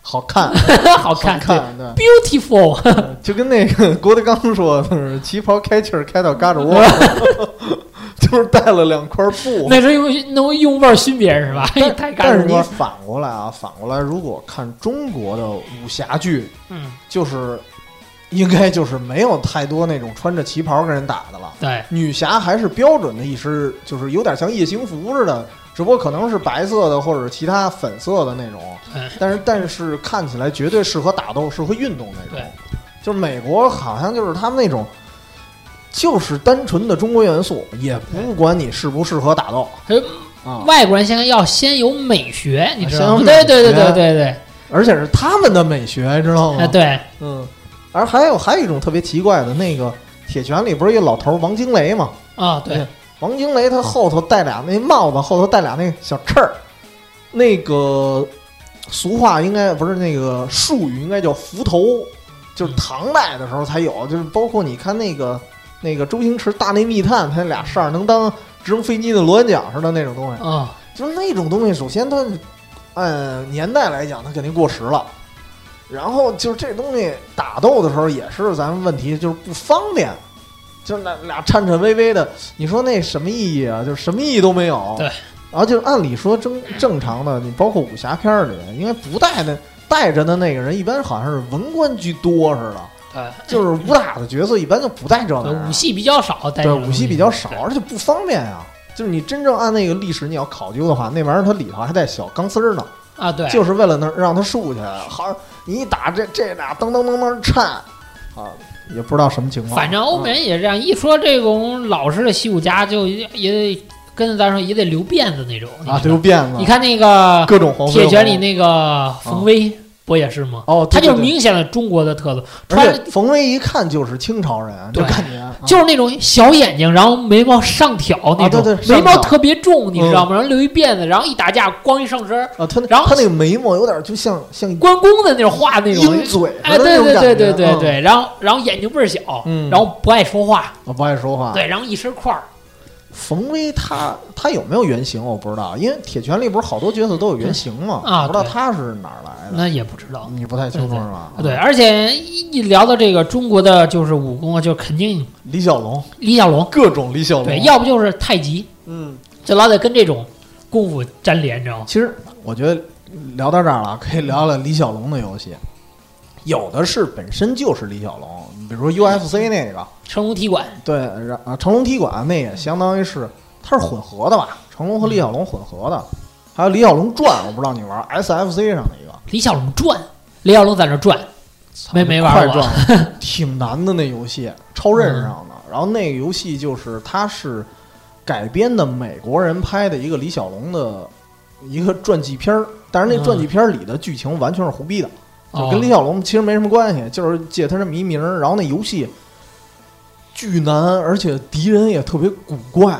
好看， 好好看，看，对，对，beautiful。就跟那个郭德纲说，就是旗袍开气儿开到胳肢窝，就是带了两块布。那是用能用味儿熏别人是吧？太干但是了你说。反过来啊，反过来，如果看中国的武侠剧，嗯，就是应该就是没有太多那种穿着旗袍跟人打的了。对，女侠还是标准的一身，就是有点像夜行服似的，只不过可能是白色的或者是其他粉色的那种嗯，但是但是看起来绝对适合打斗，适合运动那种对。就是美国好像就是他们那种，就是单纯的中国元素，也不管你适不适合打斗哎啊，外国人现在要先有美学，你知道先吗？有对美对对对学对对，而且是他们的美学，知道哎吗？对，嗯，而还有还有一种特别奇怪的那个铁拳里不是一老头儿王惊雷吗？啊对对，王惊雷他后头戴俩那帽子，后头戴俩那小翅儿，那个俗话应该不是那个术语应该叫幞头，就是唐代的时候才有，就是包括你看那个那个周星驰《大内密探》，他那俩扇儿能当直升飞机的螺旋桨似的那种东西，啊。就是那种东西，首先它按年代来讲，它肯定过时了。然后就是这东西打斗的时候也是咱们问题，就是不方便，就是那俩颤颤巍巍的，你说那什么意义啊？就是什么意义都没有。对。然后就是按理说正正常的，你包括武侠片儿里，应该不带那带着的那个人，一般好像是文官居多似的，呃，就是武打的角色一般就不带这玩意对儿武戏比较少，但对是武戏比较少，而且不方便啊。就是你真正按那个历史你要考究的话，那玩意儿它里头还带小钢丝儿呢，啊，对，就是为了能让它竖起来。好，你一打这这俩噔噔噔噔颤，啊，也不知道什么情况。反正欧美人也这样，一说这种老式的习武家，就也也得跟着咱说也得留辫子那种啊，你知留道辫子，你看那个各种黄铁飞拳鸿里那个冯威不也是吗？哦，他对就对哦是对明显的中国的特色，而穿且冯威一看就是清朝人，就对感觉啊就是那种小眼睛，然后眉毛上挑那种，哦对对上眉毛挑嗯特别重，你知道吗？然后留一辫子，然后一打架光一上身儿，啊，他那然后他那个眉毛有点就像像关公的那种画那种鹰，嘴似哎，的对那种对感觉，对对对嗯，对，然后然后眼睛倍儿小，嗯然后不爱说话，我啊不爱说话。对，然后一身块儿，冯威他他有没有原型我不知道，因为铁拳里不是好多角色都有原型嘛，嗯啊我不知道对他是哪儿来的，那也不知道。你不太清楚对是吧？对，，而且一一聊到这个中国的就是武功啊，就肯定李小龙李小龙，各种李小龙，对，要不就是太极，嗯，就老得跟这种功夫粘连，你啊知道吗？其实我觉得聊到这儿了，可以聊聊李小龙的游戏。有的是本身就是李小龙，比如说嗯 UFC 那个，成龙踢馆，对，然啊，成龙踢馆那也相当于是它是混合的吧？成龙和李小龙混合的，还有李小龙传，我不知道你玩 SFC 上的一个，李小龙转，李小龙在那转，没没玩快过 嗯转，挺难的那游戏，超任上的。然后那个游戏就是它是改编的美国人拍的一个李小龙的一个传记片儿，但是那嗯传记片儿里的剧情完全是胡逼的，就哦跟李小龙其实没什么关系，就是借他这么一名儿。然后那游戏巨难，而且敌人也特别古怪。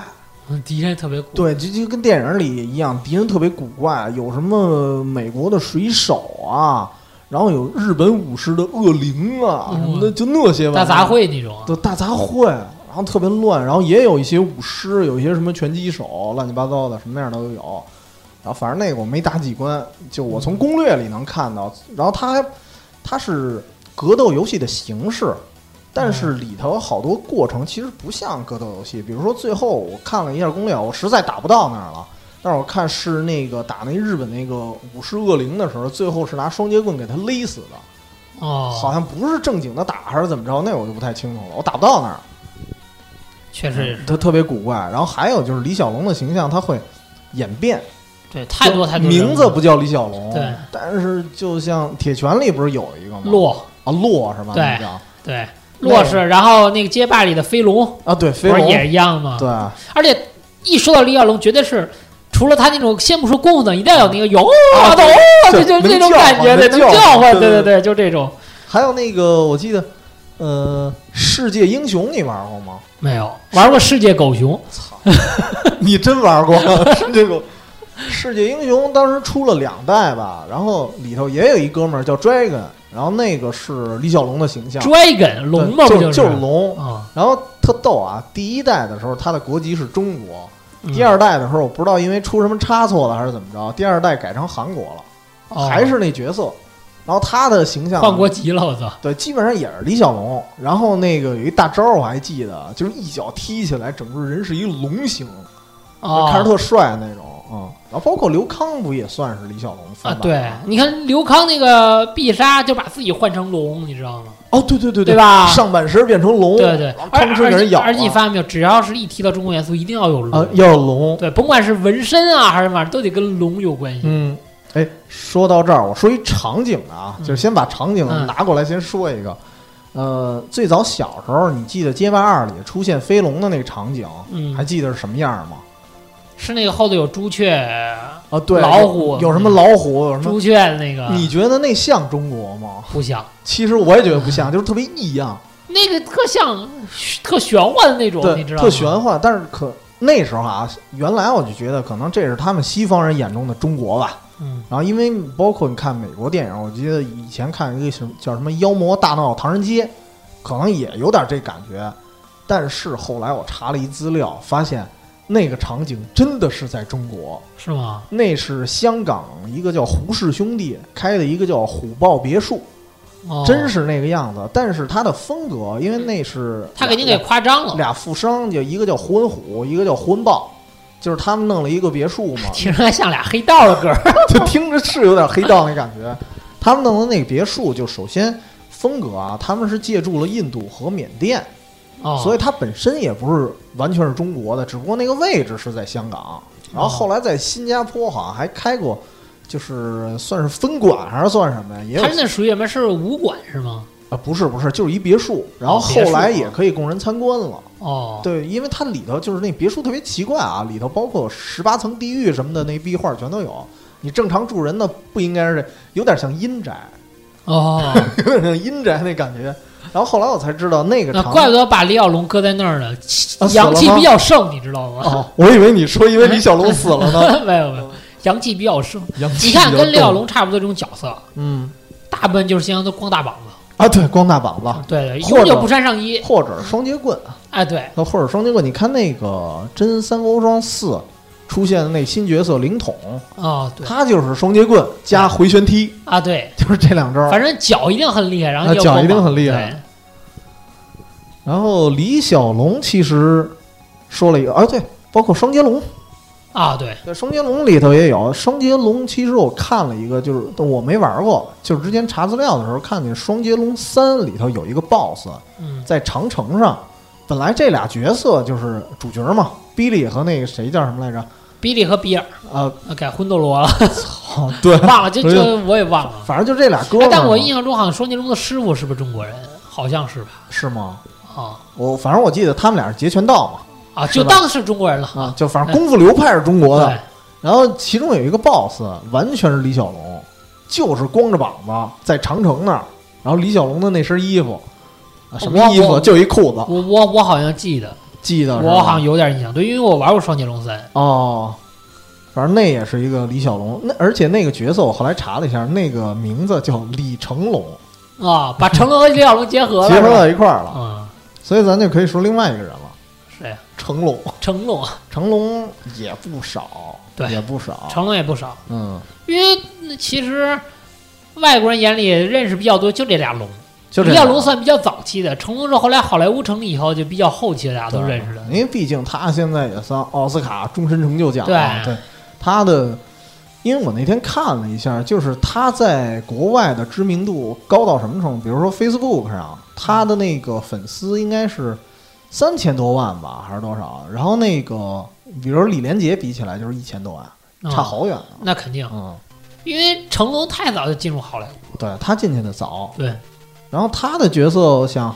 嗯敌人特别酷，对，就就跟电影里一样，敌人特别古怪，有什么美国的水手啊，然后有日本武士的恶灵啊嗯什么的，就那些大玩意儿杂，烩那种啊，对，大杂烩，然后特别乱，然后也有一些舞狮，有一些什么拳击手，乱七八糟的，什么样的都有。然后反正那个我没打几关，就我从攻略里能看到，然后它还它是格斗游戏的形式，但是里头有好多过程其实不像格斗游戏。比如说最后我看了一下攻略，我实在打不到那儿了，但是我看是那个打那日本那个武士恶灵的时候，最后是拿双截棍给他勒死的，好哦，像不是正经的打还是怎么着，那我就不太清楚了，我打不到那儿，确实也是，他特别古怪。然后还有就是李小龙的形象，他会演变。对，太多太多人物名字不叫李小龙，对，但是就像铁拳里不是有一个吗？洛，啊，洛是吧？对那叫对，洛是，然后那个街霸里的飞龙啊，对，飞不是龙，也一样吗？对，而且一说到李小龙，绝对是除了他那种，先不说功夫的，一定要有那个有啊，对懂啊，对就能就那种叫感觉，唤对，能能叫叫唤，唤对对对，就这种还有那个我记得，呃，世界英雄你玩过 吗？没有玩过世界狗熊，你真玩过？是这个。世界英雄当时出了两代吧，然后里头也有一哥们儿叫 Dragon，然后那个是李小龙的形象， dragon 龙嘛，对不就就是龙。啊？然后特逗啊，第一代的时候他的国籍是中国，嗯第二代的时候，我不知道因为出什么差错了还是怎么着，第二代改成韩国了，哦还是那角色。然后他的形象换国籍了，我操！对，基本上也是李小龙。然后那个有一大招我还记得，就是一脚踢起来，整个人是一龙形，哦，看着特帅那种啊、嗯然后包括刘康不也算是李小龙翻啊，版对吗，你看刘康那个必杀就把自己换成龙，你知道吗？哦，对对对对吧上半身变成龙，对对，然后而吭哧给而人且咬而且你了发现没有，只要是一提到中国元素，一定要有啊龙，，要龙，对，甭管是纹身啊还是嘛，都得跟龙有关系。嗯，哎，说到这儿，我说一场景的啊，嗯就是先把场景嗯拿过来，先说一个。呃，最早小时候，你记得《街霸二》里出现飞龙的那个场景，嗯还记得是什么样吗？是那个后头有朱雀、啊，对，老虎嗯有有什么老虎，有什么？朱雀的那个，你觉得那像中国吗？不像其实我也觉得不 像，就是特别异样，那个特像特玄幻的那种，对你知，道吗？特玄幻。但是可那时候啊，原来我就觉得可能这是他们西方人眼中的中国吧。嗯，然后因为包括你看美国电影，我记得以前看一个什么叫什么《妖魔大闹唐人街》，可能也有点这感觉。但是后来我查了一资料，发现那个场景真的是在中国， 是吗？那是香港一个叫胡氏兄弟开的一个叫虎豹别墅，哦，真是那个样子。但是它的风格，因为那是他给你给夸张了，俩富商，就一个叫胡文虎，一个叫胡文豹，就是他们弄了一个别墅 嘛，听着还像俩黑道的歌儿。 就听着是有点黑道那感觉。他们弄的那个别墅，就首先风格啊，他们是借助了印度和缅甸，哦，所以以它本身也不是完全是中国的，只不过那个位置是在香港。然后后来在新加坡好像还开过，就是算是分馆还是算什么呀？也有它那属于什么？是武馆是吗？啊，不是不是，就是一别墅。然后哦别后墅来啊也可以供人参观了。哦，对，因为它里头就是那别墅特别奇怪啊，里头包括十八层地狱什么的那壁画全都有。你正常住人呢，不应该是这，有点像阴宅， 哦，有点像阴宅那感觉。然后后来我才知道那个那场怪不得把李小龙搁在那儿呢，啊死了阳气吗比较盛，你知道吗？哦，我以为你说因为李小龙死了呢。 没有没有，阳气比较盛。阳气 你比较看，跟李小重龙差不多这种角色，嗯大部分就是先都光大膀子，啊，对，光大膀子，对对，或者永久不穿上衣，或者双截棍，哎对，呃或者双截棍。你看那个《真三国无双四》出现的那新角色灵统，哦对他就是双截棍加回旋踢，啊对，就是这两招。反正脚一定很厉害，然后啊又脚光一定膀很子厉害对然后李小龙其实说了一个，啊，对，包括双截龙，啊对，对，双截龙里头也有。双截龙其实我看了一个，就是我没玩过，就是之前查资料的时候看见《双截龙三》里头有一个 BOSS 嗯在长城上，本来这俩角色就是主角嘛，比利和那个谁叫什么来着？比利和比尔啊，啊改魂斗 罗了，好，对，忘了，这所以这我也忘了。反正就这俩哥们儿哎嘛。但我印象中好像双截龙的师傅是不是中国人？好像是吧？是吗？啊我反正我记得他们俩是截拳道嘛，啊，是就吧当是中国人了啊，。就反正功夫流派是中国的对，，然后其中有一个 boss 完全是李小龙，就是光着膀子在长城那儿，然后李小龙的那身衣服，啊、什么哦我衣服我就一裤子，我我我好像记得，记得是吧我好像有点印象，对，因为我玩过双截龙三。哦，反正那也是一个李小龙，那而且那个角色我后来查了一下，那个名字叫李成龙，啊，把成龙和李小龙结合了，结合了，到一块儿了，嗯，所以咱就可以说另外一个人了，谁啊呀？成龙，嗯成龙，成龙也不少，对也不少，成龙也不少，嗯，因为那其实外国人眼里认识比较多就这俩龙，就这李小样龙算比较早期的，成龙是后来好莱坞成立以后就比较后期的大家都认识的对，因为哎毕竟他现在也算奥斯卡终身成就奖啊。对对，他的，因为我那天看了一下，就是他在国外的知名度高到什么程度？比如说 Facebook 上，他的那个粉丝应该是三千多万吧，还是多少？然后那个，比如李连杰比起来就是一千多万，嗯差好远啊。那肯定，嗯，因为成龙太早就进入好莱坞，对他进去的早，对，然后他的角色像，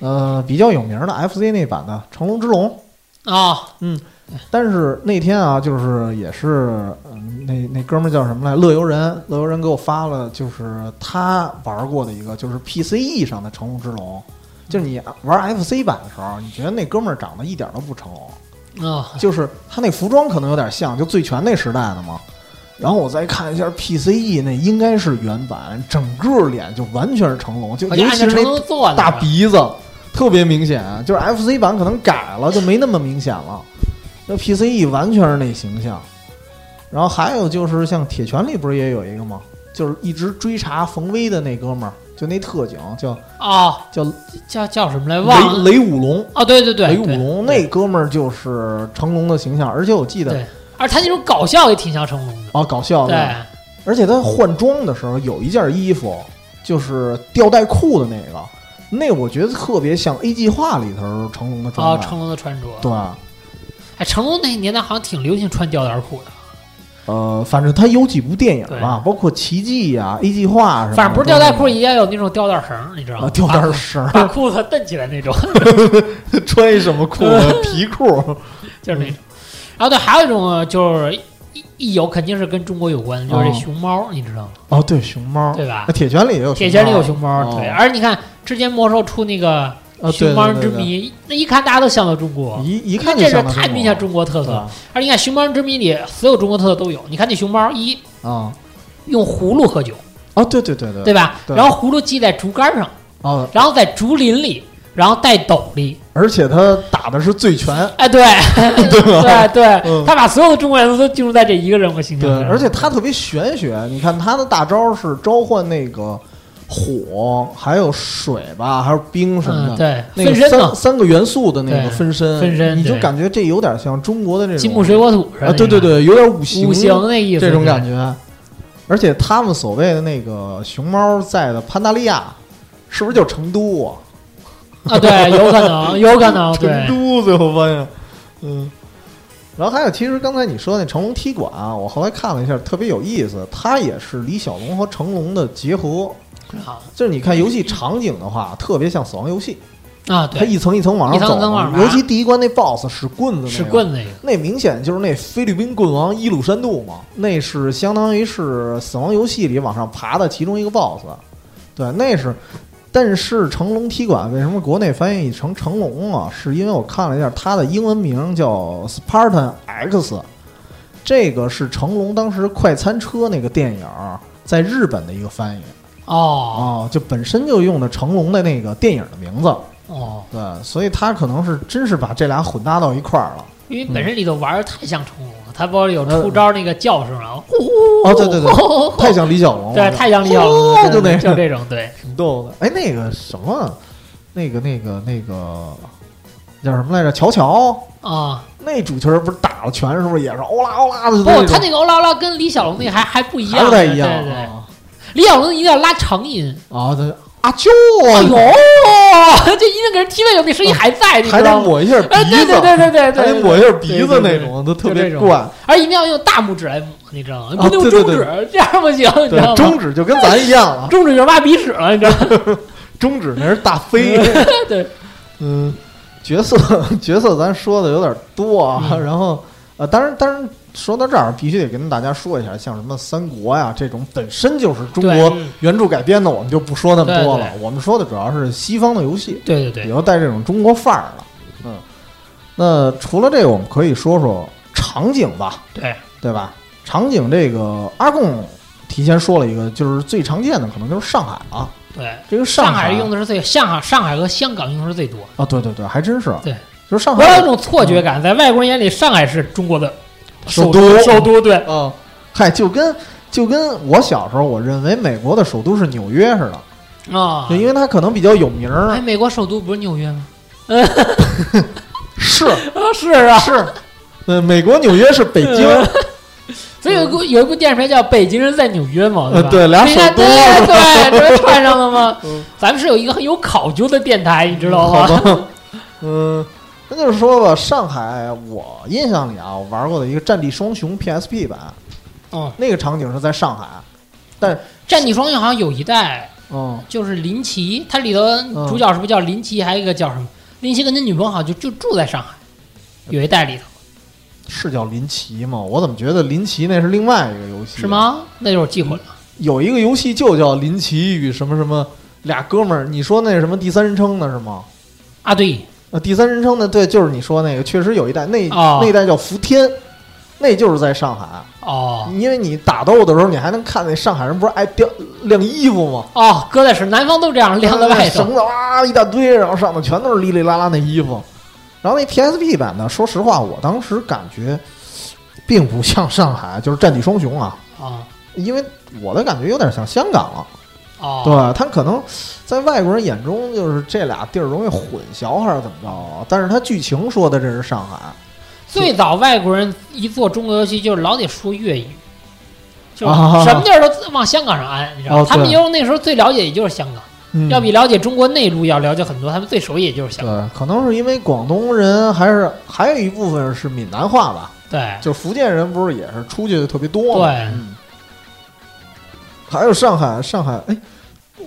呃，比较有名的 FC 那版的《成龙之龙》。啊但是那天啊，就是也是，嗯，那那哥们儿叫什么来？乐游人，乐游人给我发了，就是他玩过的一个，就是 PCE 上的《成龙之龙》，就是你玩 FC 版的时候，你觉得那哥们儿长得一点都不成龙，啊，就是他那服装可能有点像，就醉拳那时代的嘛。然后我再看一下 PCE 那应该是原版，整个脸就完全是成龙，就好尤像按照其是成那龙做的大是吧鼻子特别明显，就是 FC 版可能改了就没那么明显了，那 PCE 完全是那形象。然后还有就是像铁拳里不是也有一个吗？就是一直追查冯威的那哥们儿，就那特警叫啊，叫叫叫什么来？忘了雷雷武龙，哦，对对对，雷武对龙对那哥们儿就是成龙的形象，而且我记得对而他那种搞笑也挺像成龙的，啊搞笑对的，，而且他换装的时候有一件衣服就是吊带裤的那个，那我觉得特别像 A 计划里头成龙的装啊，扮，成龙的穿着，对。哎，成龙那年代好像挺流行穿吊带裤的，呃，反正他有几部电影吧，包括《奇迹》呀、《A 计划》什么的，反正不是吊带裤，也要有那种吊带绳儿，你知道啊，吗？吊带绳儿，把，把裤子蹬起来那 种，穿一什么裤子？皮裤。就是那种。然后对，还有一种就是一一有肯定是跟中国有关的，就是这哦熊猫，你知道吗？哦，对，熊猫。对吧啊？铁拳里也有，铁拳里有，熊猫哦，对。而你看之前魔兽出那个啊，对《熊猫之，对对谜》，那一看大家都想到中国对，一一因为看就这是像他太明显中国特国色了。了而你看《熊猫之谜》里所有中国特色都有。你看那熊猫一啊用葫芦喝酒，啊，对对对对对吧？对然后葫芦系在竹竿上，啊，然后在竹林里，然后戴斗笠。而且他打的是醉拳，哎， 对，对吧？ 对对，嗯他把所有的中国元素都进入在这一个人物形象对，上。而且他特别玄学，你看他的大招是召唤那个火，还有水吧，还有冰什么的嗯，，那对，个分身嘛三，三个元素的那个对分身，分身你就对感觉这有点像中国的这种金木水火土是啊，吧？对对对，有点五行五行那意思，这种感觉。觉。而且他们所谓的那个熊猫在的潘达利亚，是不是就成都啊？啊，对，有可 能，有可能，成对，都最后发现，嗯。然后还有，其实刚才你说那成龙踢馆啊，我后来看了一下，特别有意思。它也是李小龙和成龙的结合，啊就是你看游戏场景的话，特别像死亡游戏，啊，它对，一层一层往上一层走一层往嘛。上爬尤其第一关那 BOSS 使棍子那个，使棍那个，那明显就是那菲律宾棍王伊鲁山度嘛，那是相当于是死亡游戏里往上爬的其中一个 BOSS，对，那是。但是成龙踢馆为什么国内翻译成成龙啊？是因为我看了一下，他的英文名叫 Spartan X，这个是成龙当时快餐车那个电影儿在日本的一个翻译啊、哦就本身就用的成龙的那个电影的名字，哦，对，所以他可能是真是把这俩混搭到一块儿了。因为本身里头玩的太像成龙了，他不是有出招那个叫声啊，呼哦，对对对，呼，太像李小龙了，对，太像李小龙了，就对那呃哦对就这种，对，挺逗的。哎，那个什么，那个那个那个叫什么来着？乔乔啊，那主角不是打了拳，是不是也是欧啦欧啦的？不，他那那个欧啦欧啦跟李小龙那还还不一还样，不太一样对对对，啊李小龙一定要拉长音，啊！对，阿啾，哎呦， 就一定给人踢外头，那声音还在，你哦还知得道吗？抹一下哎，鼻对子，对对对还对对，得对抹一下鼻子对对那对种，都特就别这种怪。而一定要用大拇指来抹，你知道吗？不能用哦对对中对指，这样不行，你知对，道吗？中指就跟咱一样了，中指就是挖鼻屎了，你知道吗？中指那是大飞。 对，嗯，角色 角色咱说的有点多啊，嗯然后呃，当然当然说到这儿，必须得跟大家说一下，像什么三国呀这种本身就是中对国嗯原著改编的，我们就不说那么多对了。我们说的主要是西方的游戏，对对也对，要带这种中国范儿了。嗯，那除了这个，我们可以说说场景吧，对，对吧？场景这个阿贡提前说了一个，就是最常见的可能就是上海了、对，这个上海海用的是最上海上海和香港用的是最多。啊，对对对，还真是对，就是上我海嗯有一种错觉感，在外国人眼里，上海是中国的首都，都首都对，嗯，嗨，就跟就跟我小时候我认为美国的首都是纽约似的，啊就。因为它可能比较有名儿哎，，美国首都不是纽约吗？是 啊，是 啊。是，呃，美国纽约是北京，嗯所以有一部有一部电视片叫《北京人在纽约》嘛，嗯呃，吧？对，俩你首看，都对，对，这不串上了吗 嗯？咱们是有一个很有考究的电台，你知道好吗？吧，嗯。那就是说吧，上海，我印象里啊，我玩过的一个《战地双雄》PSP 版，嗯，那个场景是在上海，战地双雄好像有一代嗯，就是林奇，它里头主角是不是叫林奇？还有一个叫什么？林奇跟他女朋友好像就就住在上海，嗯有一代里头是叫林奇吗？我怎么觉得林奇那是另嗯外一个游戏？啊是？吗？那就是记混了。有一个游戏就叫《林奇与什么什么》，俩哥们儿，你说那是什么第三人称的是吗？啊，对，呃，第三人称的，对，就是你说那个，确实有一代，那、哦那一代叫福天，那就是在上海，哦因为你打斗的时候，你还能看那上海人不是爱晾晾衣服吗？哦，搁在是南方都这样晾在外头绳子哇一大堆，然后上头全都是哩哩啦啦那衣服。然后那 PSP 版呢，说实话，我当时感觉并不像上海，就是《战地双雄》啊，啊因为我的感觉有点像香港了。哦，对他可能在外国人眼中就是这俩地儿容易混淆还是怎么着啊？但是他剧情说的这是上海，最早外国人一做中国游戏，就是老得说粤语，就是啊什么地儿都往香港上安，你知道吗哦？对他们因为那时候最了解也就是香港，嗯要比了解中国内陆要了解很多，他们最熟也就是香港。对，可能是因为广东人还是还有一部分是闽南话吧，对就是福建人不是也是出去的特别多吗？对嗯，还有上海，上海，哎，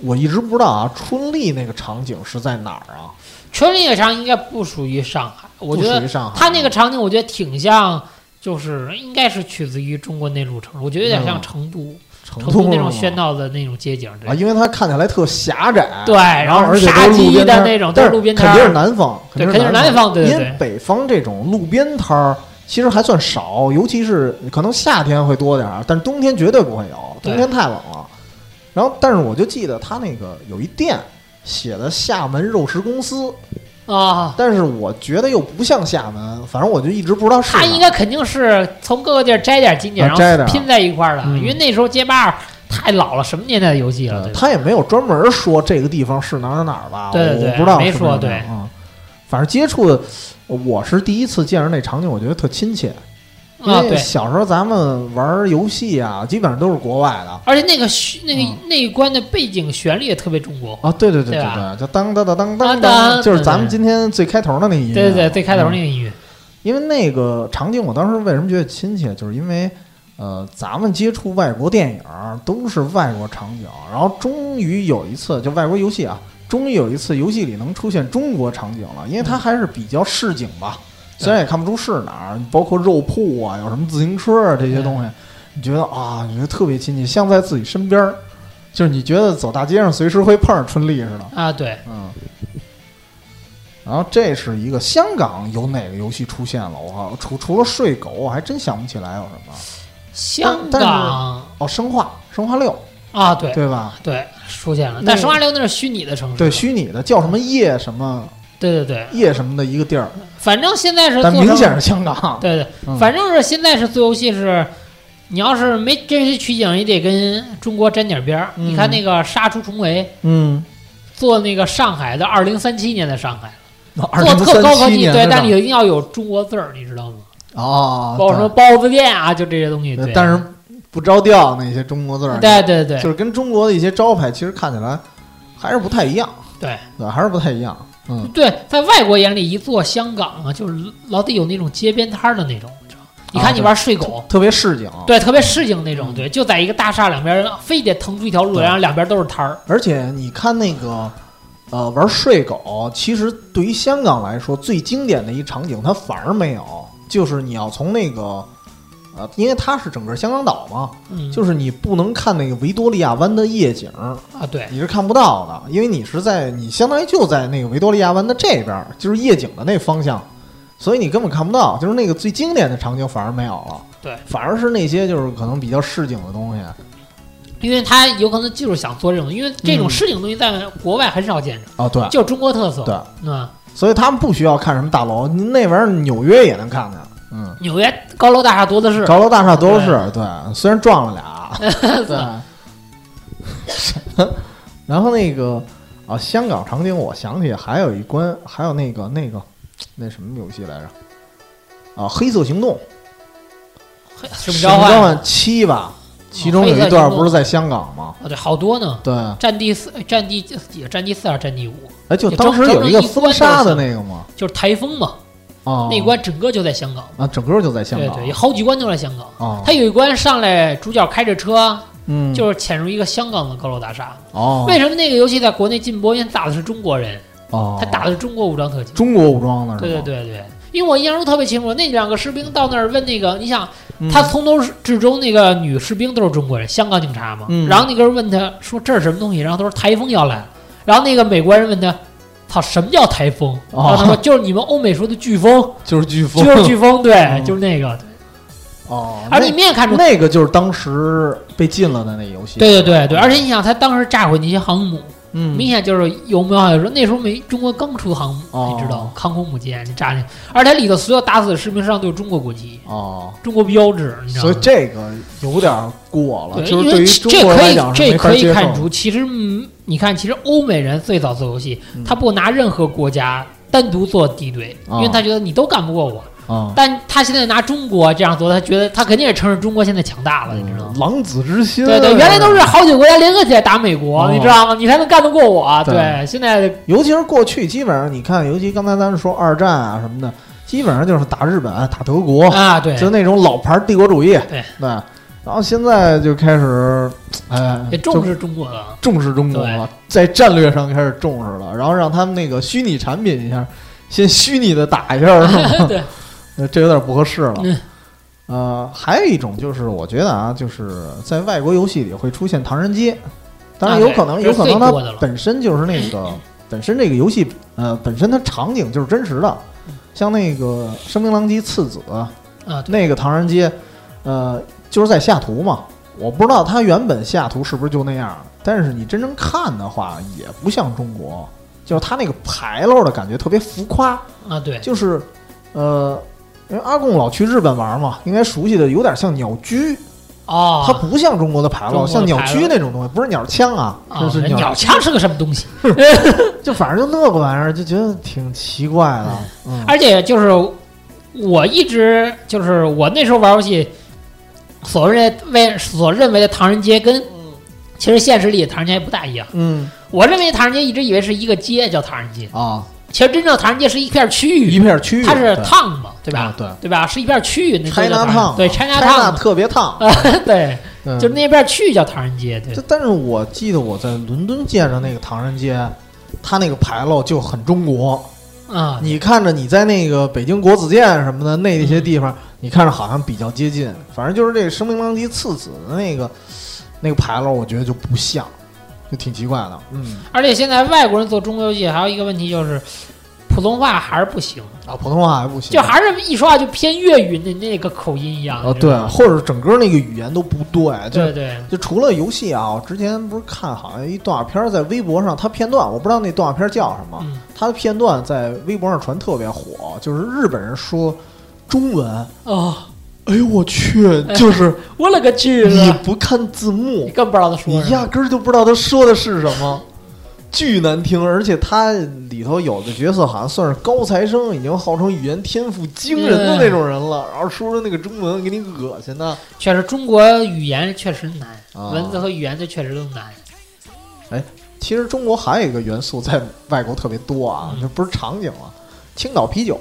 我一直不知道啊，春丽那个场景是在哪儿啊？春丽场应该不属于上海，我觉不属得于上海，啊他那个场景，我觉得挺像。就是应该是取自于中国内陆城市，我觉得有点像成都，嗯成成都那种是吗喧闹的那种街景，对啊，因为它看起来特狭窄，对，然后而且杀都是路鸡边摊的儿那种，都但是路边摊肯定是儿，南方，对，定肯定是南南方，对对因为对，北方这种路边摊儿其实还算少，尤其是可能夏天会多点儿，但是冬天绝对不会有，对冬天太冷了。然后，但是我就记得他那个有一店写的厦门肉食公司，啊，但是我觉得又不像厦门，反正我就一直不知道是他哪应儿该肯定是从各个地儿摘点经典，啊然摘点后拼在一块儿的，嗯因为那时候街霸二太老了，什么年代的游戏了？呃对吧他也没有专门说这个地方是哪儿哪儿吧，对对对我不知道没是不是说这对样啊。反正接触的，我是第一次见着那场景，我觉得特亲切。因啊，为对，小时候咱们玩游戏啊，基本上都是国外的而且那个旋那个嗯那一关的背景旋律也特别中国，啊，对对对对对吧对，就当当当当啊当当当，就是咱们今天最开头的那个音乐，对对对，最开头那嗯个音乐，因为那个场景，我当时为什么觉得亲切，就是因为，呃，咱们接触外国电影儿都是外国场景，然后终于有一次就外国游戏啊，终于有一次游戏里能出现中国场景了，因为它还是比较市井吧，对虽然也看不出是哪儿，包括肉铺啊，有什么自行车啊这些东西，你觉得啊，你觉得特别亲切，像在自己身边儿，就是你觉得走大街上随时会碰上春丽似的。啊，对，嗯，然后这是一个香港有哪个游戏出现了？我靠，除除了睡狗，我还真想不起来有什么。香但是港哦，生化，生化六，啊，对对吧？对，出现了，那但个生化六那是虚拟的城市，对，虚拟的叫什么夜什么对对对，夜什么的一个地儿，反正现在是但做明成显是香港。对对，嗯反正是现在是做游戏是，你要是没这些取景，也得跟中国沾点边儿。嗯你看那个杀出重围。嗯，做那个上海的二零三七年的上海，嗯二做零特高科三七技，年对，但是你吧一定要有中国字儿，你知道吗？哦，包括什么包子店啊，就这些东西。对对，但是不着调那些中国字儿，对对对就是跟中国的一些招牌其实看起来还是不太一样，对对，还是不太一样。嗯，对，在外国眼里，一做香港啊，就是老得有那种街边摊儿的那种，你知道吗？啊你看你玩睡狗，特别市井。对，特别市井那种，嗯对，就在一个大厦两边，非得腾出一条路，对然后两边都是摊儿。而且你看那个，呃，玩睡狗，其实对于香港来说，最经典的一场景它反而没有，就是你要从那个，呃，因为它是整个香港岛嘛，嗯，就是你不能看那个维多利亚湾的夜景，啊，对你是看不到的，因为你是在你相当于就在那个维多利亚湾的这边儿，就是夜景的那方向，所以你根本看不到，就是那个最经典的场景反而没有了，对，反而是那些就是可能比较市井的东西因为他有可能就是想做这种，因为这种嗯市井东西在国外很少见着，啊，对就是中国特色。对。嗯，所以他们不需要看什么大楼，那玩意儿纽约也能看见。嗯，纽约高楼大厦多的是，高楼大厦都是对，虽然撞了 俩，对。然后那个啊，香港场景，我想起还有一关，还有那个那个那什么游戏来着？啊，《黑色行动》《使命使命召召唤啊唤七》吧，其哦中黑有色一段行动不是在香港吗？啊，对，好多呢。对，战地四、战地几个？战地四还是战地五？哎，就也当时整有整一个一封关杀都的是那个嘛，就是台风嘛，啊，那关整个就在香港。啊，整个就在香对港对，有好几关都在香港。啊，他有一关上来，主角开着车，嗯，就是潜入一个香港的高楼大厦。哦，为什么那个游戏在国内禁播？因为打的是中国人，哦，他打的是中国武装特警。中国武哦装的是吗？对对对对，因为我印象中特别清楚，那两个士兵到那儿问那个，你想嗯他从头至终那个女士兵都是中国人，香港警察嘛。嗯然后那个人问他说这是什么东西，然后他说台风要来了，然后那个美国人问他。操，什么叫台风？然哦后他说就是你们欧美说的飓 风，就是飓风，就是飓风，对，嗯就是那个。哦，而且你明显看出，那个就是当时被禁了的那游戏，对，对对对，而且你想，他当时炸毁那些航母，嗯，明显就是有没有说那时候没中国刚出航母，哦你知道吗？航空母舰你炸那，而且它里头所有打死的士兵身上都有中国国旗、哦，中国标志，你知道所吗？以这个有点过了，对，就因是为对于这中国人来讲是这没法可以这接可以受看的。出，其实嗯，你看，其实欧美人最早做游戏，嗯他不拿任何国家单独做敌对，啊因为他觉得你都干不过我。啊，但他现在拿中国这样做，他觉得他肯定也承认中国现在强大了，你知道吗？狼子之心，对对，原来都是好几个国家联合起来打美国，嗯哦你知道吗？你才能干得过我。对对，现在尤其是过去，基本上你看，尤其刚才咱们说二战啊什么的，基本上就是打日本、打德国，啊，对，就那种老牌帝国主义，对然后现在就开始，哎，也就重视中国了。？重视中国了，在战略上开始重视了，然后让他们那个虚拟产品一下，先虚拟的打一下，是吗对，呃这有点不合适了。嗯呃，还有一种就是，我觉得啊，就是在外国游戏里会出现唐人街，当然啊有对可能，这有是可最能它多的了本身就是那 个本身这个游戏呃本身它场景就是真实的，像那个《声名狼藉次子》啊，对，那个唐人街，呃，就是在西雅图嘛。我不知道它原本西雅图是不是就那样，但是你真正看的话，也不像中国，就是它那个牌楼的感觉特别浮夸，啊，对，就是，呃，因为阿贡老去日本玩嘛，应该熟悉的有点像鸟居，哦，它不像中国的牌中楼，国的像鸟牌居楼那种东西，不是鸟枪啊，啊这是人鸟枪是个什么东西？哎就反正就那个玩意儿，就觉得挺奇怪的。嗯，而且就是我一直就是我那时候玩游戏，所谓为所认为的唐人街跟其实现实里的唐人街不大一样。嗯我认为唐人街一直以为是一个街叫唐人街，啊，其实真正唐人街是一片区一域，片区域它是对烫嘛，对吧啊？对对吧？是一片区域，那就叫，China 唐人烫，对 China China 烫 Town，特别烫， 对，嗯就是那片区域叫唐人街，对这，但是我记得我在伦敦见着那个唐人街，它那个牌楼就很中国。啊，你看着你在那个北京国子监什么的那些地嗯方，你看着好像比较接近，反正就是这个声名狼藉次子的那个那个牌楼，我觉得就不像，就挺奇怪的。嗯而且现在外国人做中国游戏还有一个问题就是，普通话还是不行，啊，普通话还不行，就还是一说话就偏粤语那那个口音一样。哦你知对道，吗或者整个那个语言都不对，就对对，就除了游戏啊，我之前不是看好像一动画片儿在微博上，它片段我不知道那动画片儿叫什么，嗯它的片段在微博上传特别火，就是日本人说中 文，哦，哎呦我去， 就是我勒个去你了，不看字幕你，更不知道他你说什压么。根儿就不知道他说的是什么，巨难听，而且他里头有的角色好像算是高材生，已经号称语言天赋惊人的那种人了，然后说出那个中文给你恶心的。确实，中国语言确实难，啊文字和语言这确实都难。其实中国还有一个元素在外国特别多啊，嗯这不是场景啊，青岛啤酒，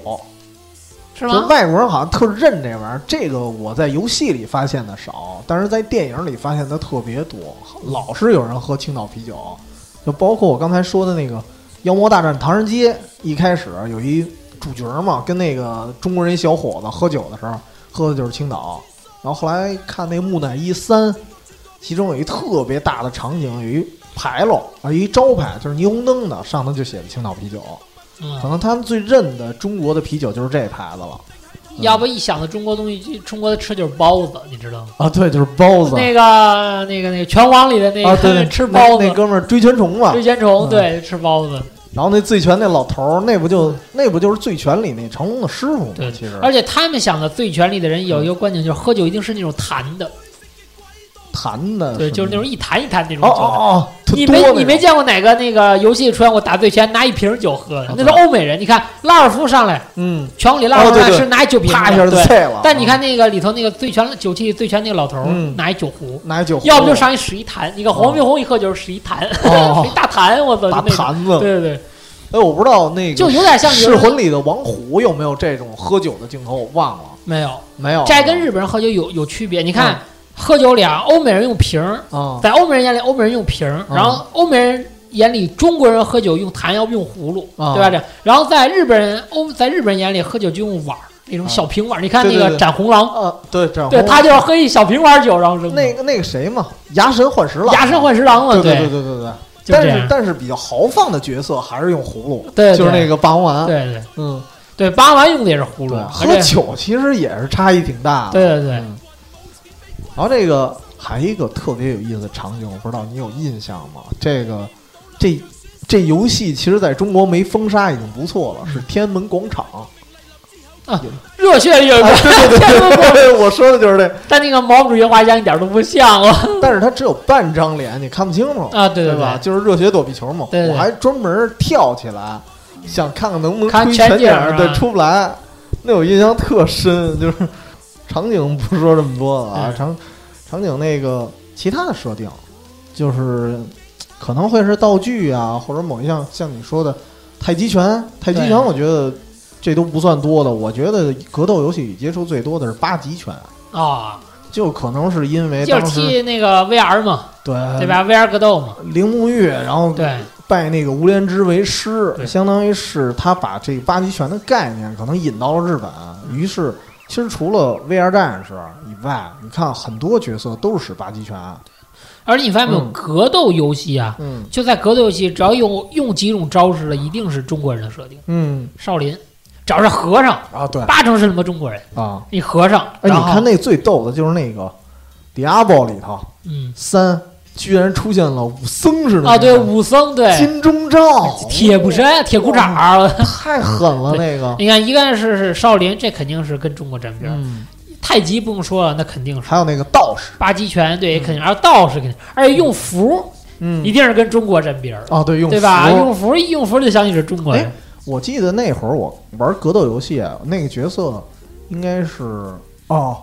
是就吗？外国人好像特认这玩意儿。这个我在游戏里发现的少，但是在电影里发现的特别多，老是有人喝青岛啤酒。就包括我刚才说的那个《妖魔大战唐人街》，一开始有一主角嘛，跟那个中国人一小伙子喝酒的时候，喝的就是青岛。然后后来看那个《木乃伊三》，其中有一特别大的场景，有一牌楼啊，有一招牌就是霓虹灯的，上头就写着青岛啤酒。可嗯，能他们最认的中国的啤酒就是这牌子了。要不一想到中国东西，就中国的吃就是包子，你知道吗？啊，对，就是包子那个、那个、那个《拳王》里的那啊，个 对，吃包那那子，哥们儿追全虫嘛追，仙虫，嗯对，吃包子。然后那醉拳那老头儿，那不就那不就是醉拳里那成龙的师傅吗？对其实而且他们想的醉拳里的人有一个观点，就是喝酒一定是那种弹的，弹嗯的对，就是那吗种一弹一弹那种哦酒。哦哦，特你多没那种你没见过哪个那个游戏里出现过打醉拳拿一瓶酒喝的啊？那是对欧美人。你看拉尔夫上来，嗯，拳里拉尔夫哦上对来对是拿一酒瓶啪一下子，就对。碎了。啊但你看那个里头那个醉拳酒气醉拳那个老头儿嗯拿一酒壶嗯，拿一酒壶，要不就上一使一弹。你看黄飞鸿一喝酒是使一弹，哦 使一大弹，我操，打就那种。坛子。对对对，哎，我不知道那个就有点像有噬魂》里的王虎有没有这种喝酒的镜头，我忘了，没有，没有。这还跟日本人喝酒有有区别。你嗯看喝酒俩，欧美人用瓶儿，啊在欧美人眼里，欧美人用瓶儿，嗯然后欧美人眼里，中国人喝酒用坛，要不用葫芦，啊对吧？这样，然后在日本人欧在日本人眼里，喝酒就用碗儿，那种小瓶碗儿。你看对那啊对个对斩红狼，啊，对，这样对他就是喝一小瓶碗儿酒，然后扔那的个那个谁嘛，牙神幻石了，牙神幻石狼嘛，对对对对对。就但这是样。但是比较豪放的角色还是用葫芦，对对就是那个霸王丸，对对嗯，对，八丸用的也是葫芦，啊对，而喝且酒其实也是差异挺大的。对对对，嗯然后这个还有一个特别有意思的场景，我不知道你有印象吗？这个这这游戏其实在中国没封杀已经不错了，是天安门广 场。热血也有啊，对对 天安门对对，我说的就是这，但那个毛主席滑翔一点都不像 啊！但是它只有半张脸，你看不清楚。啊，对吧？对，就是热血躲避球嘛。对对我还专门跳起来，想看看能不能看推全景景儿，啊对，出不来。那我印象特深，就是场景不说这么多了啊，嗯场场景那个其他的设定，就是可能会是道具啊，或者某一项像你说的太极拳，太极对拳我觉得这都不算多的，我觉得格斗游戏里接触最多的是八极拳，啊，就可能是因为就是哎当时嗯踢那个 VR 嘛，对对？吧？VR 格斗嘛，铃木玉，然后对，拜那个吴连枝为师，对相当于是他把这个八极拳的概念可能引到了日本。于是，其实除了 VR 战士以外，你看很多角色都是使八极拳。而且你发现没有，嗯格斗游戏啊，嗯就在格斗游戏，只要用用几种招式的，一定是中国人的设定。嗯少林，只要是和尚，啊，对八成是他妈中国人。啊，你和尚，哎，你然后看那最逗的就是那个《Diablo》里头嗯，三居然出现了武僧似的啊，对，那个武僧，对，金钟罩、铁布衫、铁裤衩儿。哎太狠了那 个。你看，一个是是少林，这肯定是跟中国沾边儿。嗯，太极不用说了，那肯定是还有那个道士，八极拳，对，肯定。而道士肯定，而且用符嗯一定是跟中国沾边儿，哦，对，用对吧？符用符一用符就想你是中国人啊哎。我记得那会儿我玩格斗游戏，那个角色应该是哦，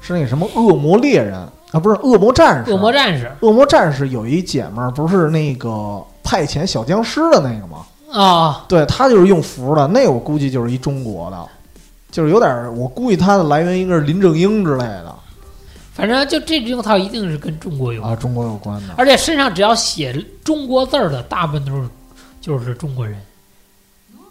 是那个什么恶魔猎人啊，不是恶魔战士，恶魔战士恶魔战士有一姐们儿不是那个派遣小僵尸的那个吗？啊，对，她就是用符的，那我估计就是一中国的，就是有点儿，我估计她的来源应该是林正英之类的反正就这用套一定是跟中国有关，啊，中国有关的。而且身上只要写中国字儿的，大部分都是就是中国人，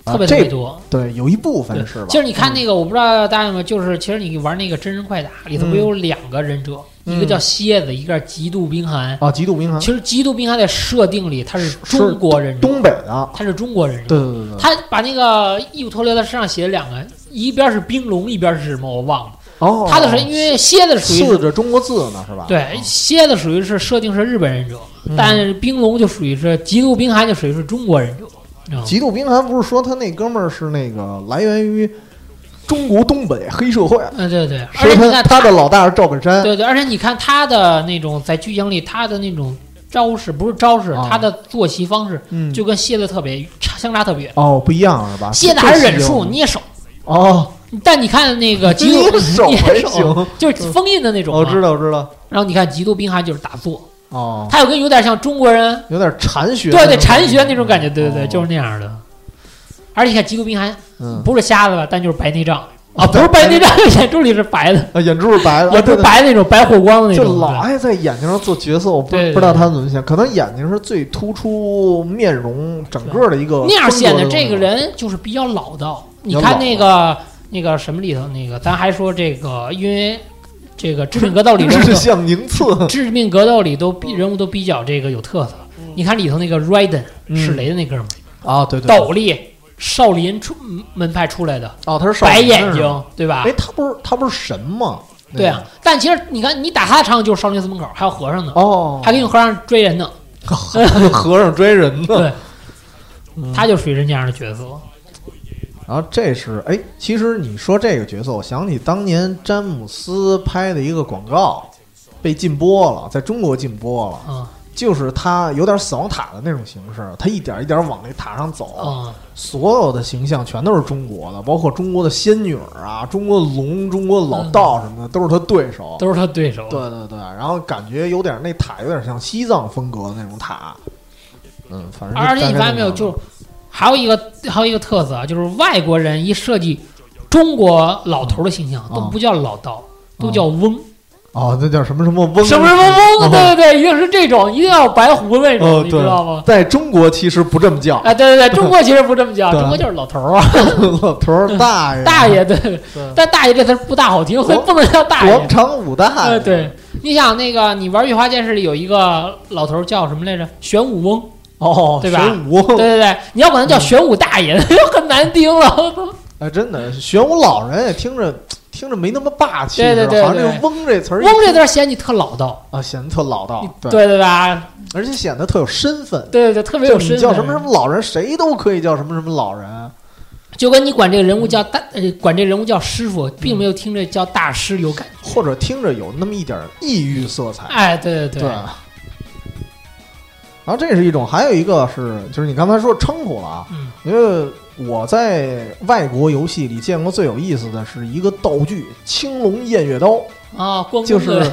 啊特别特这别多。对，有一部分对是吧？嗯就是你看那个，我不知道大家有没有，就是其实你玩那个真人快打里头不嗯有两个忍者，嗯一个叫蝎子，一个叫极度冰寒。啊，极度冰寒其实极度冰寒在设定里他是是中国忍者，东北的，他是中国忍者，对对对对，他把那个义务脱离他身上写了两个，一边是冰龙，一边是什么我忘了。哦，他的是因为蝎子属于刺是着中国字呢，是吧？对蝎子属于是设定是日本忍者，嗯但是冰龙就属于是极度冰寒就属于是中国忍者，你知道吗极度冰寒不是说他那哥们儿是那个来源于中国东北黑社会，嗯，对对，而是且他你看他的老大是赵本山，对对，而且你看他的那种在剧情里他的那种招式，不是招式，啊他的坐骑方式嗯，就跟蝎子特别差相差特别。哦不一样是吧？蝎子还是这忍术是一样捏手，哦，但你看那个极度捏手还捏手行，就是封印的那种嘛。啊我知道我知道然后你看极度冰寒就是打坐，哦，他有跟有点像中国人，有点禅学，对对禅学那种感觉，哦对对对，就是是那样的。而且你看极度冰寒嗯哦不是瞎子吧，但就是白内障啊，不对是白内障， 眼珠里是白的，啊，眼珠是白的，眼啊珠对对。白那种白火光的那就种。老对爱在眼睛上做角色，我不对对对不知道他怎么想，可能眼睛是最突出面容整个的一个那样显得呃风格的这个东西人就是比较老道。比你较看老那个那个什么里头那个，咱还说这个，因为这个致命格 斗里头日向宁 次致命格斗里都比人物都比较这个有特色。你看里头那个 Raiden 是雷的那哥们儿，啊，嗯对对对斗笠，少林出门派出来的，哦，他是少白林眼是吗。睛，对吧哎，？他不是他不是神吗？那个啊对啊。，但其实你看，你打他的场景就是少林寺门口，还有和尚呢，哦，还给你和尚追人呢。 和尚追人 呢。对，嗯他就属于是那样的角色。然后这是哎，其实你说这个角色，我想起当年詹姆斯拍的一个广告，被禁播了，在中国禁播了，嗯就是他有点死亡塔的那种形式，他一点一点往那塔上走，嗯，所有的形象全都是中国的，包括中国的仙女儿啊、中国龙、中国老道什么的，都是他对手。都是他对手。对对对，然后感觉有点那塔有点像西藏风格的那种塔，嗯，反正就而且你大概发现没有，那样就是还有一个还有一个特色啊，就是外国人一设计中国老头儿的形象，嗯都不叫老道，啊都叫翁，哦，那叫什么什么翁，什么什么翁，嗯对对对，一定是这种，一定要白胡子那种，哦你知对道吗？在中国其实不这么 叫，哎，对对对，中国其实不这么叫， 对中国就是老头儿啊，老头儿大爷大爷，对，但大爷这词儿不大好听，所以广不能叫大广爷。场舞大呃，爷，对，你想那个，你玩《御花剑》士里有一个老头儿叫什么来着？玄武翁，哦，嗯对吧玄武对，对对，你要管他叫玄武大爷， 就很难听了。哎，真的玄武老人也听着听着没那么霸气，对对对是吧好像对这个翁这词儿一，翁这字儿显你特老道，啊显得特老道，对，对对吧？而且显得特有身份，对对对，特别就有你身份。叫什么什么老人，谁都可以叫什么什么老人，就跟你管这个人物叫大，呃，管这人物叫师傅，并没有听着叫大师有感觉。或者听着有那么一点儿异域色彩，哎，对嗯对对。然后这是一种，还有一个是，就是你刚才说称呼了啊，嗯因为我在外国游戏里见过最有意思的是一个道具——青龙偃月刀，啊，光就棍子是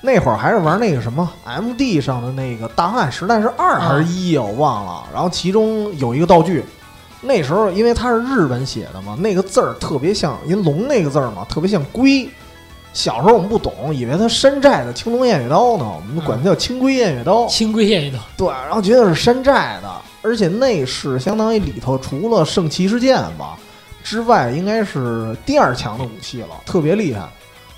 那会儿还是玩那个什么 MD 上的那个《档案时代》是二还是一啊，我忘了。然后其中有一个道具，那时候因为它是日文写的嘛，那个字儿特别像因为龙那个字儿嘛，特别像龟。小时候我们不懂，以为它山寨的青龙偃月刀呢，我们管它叫青龟偃月刀。清规县一道。对，然后觉得是山寨的，而且那是相当于里头除了圣骑士剑吧之外，应该是第二强的武器了，特别厉害。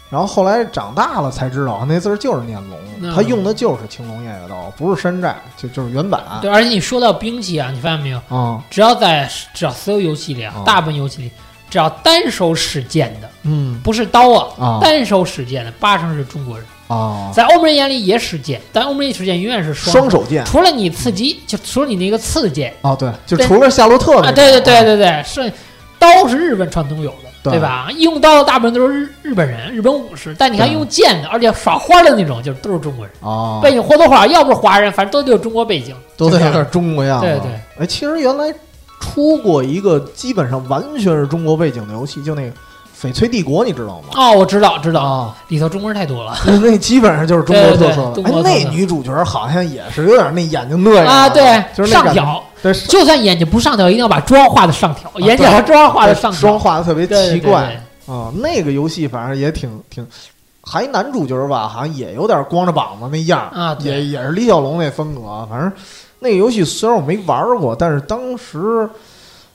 然后后来长大了才知道，那字儿就是念龙，嗯他用的就是青龙偃月刀，不是山寨，就就是原版。对，而且你说到兵器啊，你发现没有？啊，只要在只要所有游戏里啊啊，大部分游戏里，只要单手使剑的，嗯不是刀啊，啊单手使剑的八成是中国人。啊，在欧美人眼里也使剑，但欧美人使剑永远是双手。手剑除了你刺激，就除了你那个刺剑，哦，对，就对除了夏洛特那啊，个对对对对对，是刀是日本传统有的，对对吧？用刀的大部分都是日日本人、日本武士，但你看对用剑的，而且耍花的那种，就是都是中国人，啊，背景或多或少，要不是华人，反正都得有中国背景，都得对有吧点中国样子。对对，哎，其实原来出过一个基本上完全是中国背景的游戏，就那个《翡翠帝国》，你知道吗？哦，我知道，知道，啊，里头中国人太多了那基本上就是中国特色对对对哎中国，特色那女主角好像也是有点那眼睛那样啊！对，就是那上感觉，挑，对，就算眼睛不上挑，一定要把妆画的上挑，眼角和妆画的上挑，妆画的特别对奇怪，对啊、那个游戏反正也挺挺，还男主角吧，好像也有点光着膀子那样儿，对啊，对也也是李小龙那风格啊。反正那个游戏虽然我没玩儿过，但是当时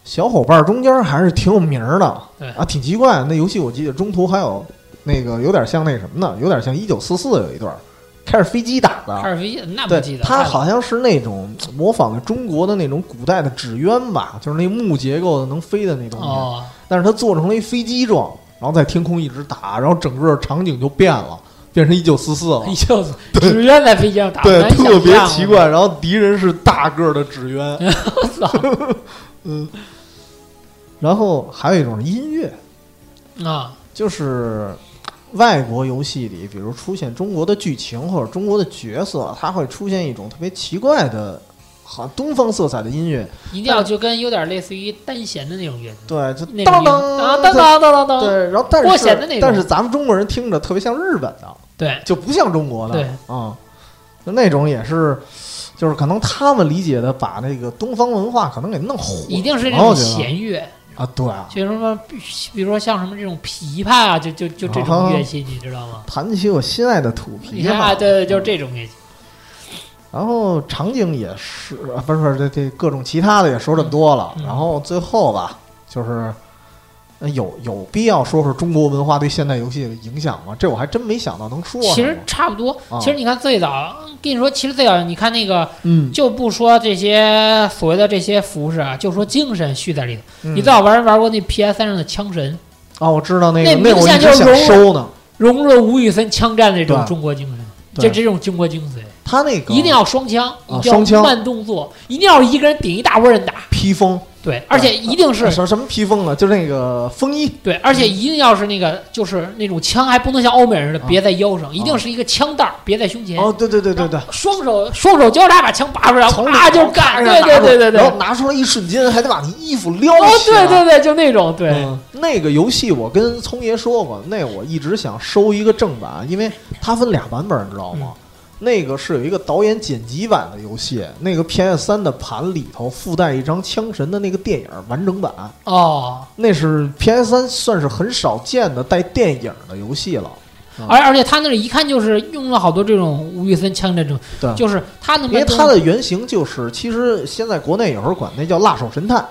小伙伴中间还是挺有名儿的，对啊，挺奇怪的。那游戏我记得中途还有那个有点像那什么呢，有点像一九四四有一段儿开着飞机打的。哈尔滨那不记对，得它太多了好像是那种模仿的中国的那种古代的纸鸢吧，就是那木结构的能飞的那东西。哦，但是它做成了一飞机状，然后在天空一直打，然后整个场景就变了，变成一九四四了。你就 只愿在飞机上打，哦对，难以想特别象啊奇。怪。然后敌人是大个儿的纸鸢， 我操嗯。然后还有一种是音乐，啊，就是外国游戏里，比如出现中国的剧情或者中国的角色，它会出现一种特别奇怪的，好东方色彩的音乐。一定要就跟有点类似于单弦的那种乐器，对，就那种当音啊当当当当当，对，然后但拨是弦的那种但是咱们中国人听着特别像日本的，对，就不像中国的，对啊、那种也是，就是可能他们理解的把那个东方文化可能给弄火，一定是那然后我觉种得弦乐，啊，对啊，就什么，比如说像什么这种琵琶啊，就就就这种乐器，你知道吗？弹起我心爱的土啊你琵看啊，琶，对对，就是这种乐器。然后场景也是，啊不是不是这这各种其他的也说这么多了，嗯嗯然后最后吧，就是。呃有有必要说说中国文化对现代游戏的影响吗？这我还真没想到能说上。其实差不多啊。其实你看最早，跟你说，其实最早你看那个，嗯，就不说这些所谓的这些服饰啊，就说精神蓄在里头。嗯，你最早玩玩过那 PS 三上的枪神，啊，我知道那个，那那我明一显直就是想融入收呢。融入了吴宇森枪战那种对中国精神，对就这种中国精髓，他那个一定要双枪，一定双枪要慢动作，一定要一个人顶一大波人打。披风，对，而且一定是什么什么披风啊？就是那个风衣，对，而且一定要是那个，就是那种枪还不能像欧美人似的啊别在腰上，一定是一个枪带儿别在胸前。哦，对对对对对，双手双手交叉把枪拔出来，从啊就干，对对对对对然，后拿出来一瞬间还得把你衣服撩哦起来。对对对，就那种对，嗯那个游戏我跟聪爷说过，那我一直想收一个正版，因为它分俩版本，你知道嗯吗？那个是有一个导演剪辑版的游戏，那个 PS 三的盘里头附带一张《枪神》的那个电影完整版，哦，那是 PS 三算是很少见的带电影的游戏了。而而且他那里一看就是用了好多这种吴宇森枪这种对，就是他那因为边它的原型就是，其实现在国内有时候管那叫“辣手神探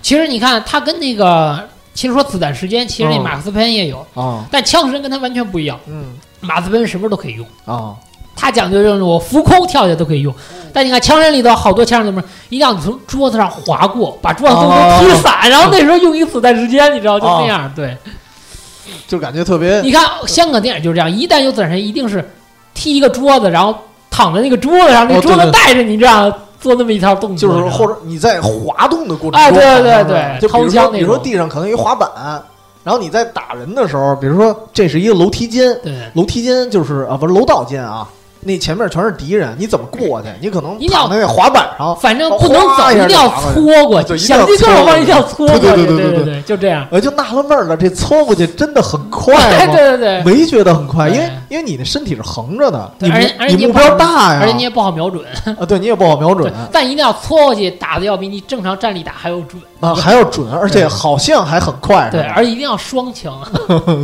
其实你看他跟那个，其实说子弹时间，其实那嗯马克思喷也有，”啊，但枪神跟他完全不一样，嗯马克思喷什么时候都可以用。啊，他讲究就是我浮空跳下都可以用，但你看枪人里头好多枪人怎么一定要你从桌子上划过，把桌子都哦给踢散，然后那时候用一个子弹时间，你知道就那样。对，就感觉特别你看香港电影就是这样，一旦有子弹时间，一定是踢一个桌子，然后躺在那个桌子上，那哦桌对子对带着你这样做那么一套动作，就是你知道吗或者你在滑动的过程中，哎对好像是对对就比如掏枪说那种比如说地上可能有一滑板，然后你在打人的时候，比如说这是一个楼梯间，对，楼梯间就是啊不是楼道间啊，那前面全是敌人，你怎么过去？你可能一定要躺在那滑板上，反正不能走，哗一一下定要搓过就去，一定要想尽各种方法一定要搓过去，对对对对对对对，就这样。呃就纳了闷儿了，这搓过去真的很快哎，吗？ 对对对，没觉得很快，因为对因为你的身体是横着的，对你目而且而且你目你也不好标大呀，而且你也不好瞄准。啊，对你也不好瞄准对，但一定要搓过去打的要比你正常站立打还要准，啊，还要准，而且好像还很快，对，是吧而且一定要双枪，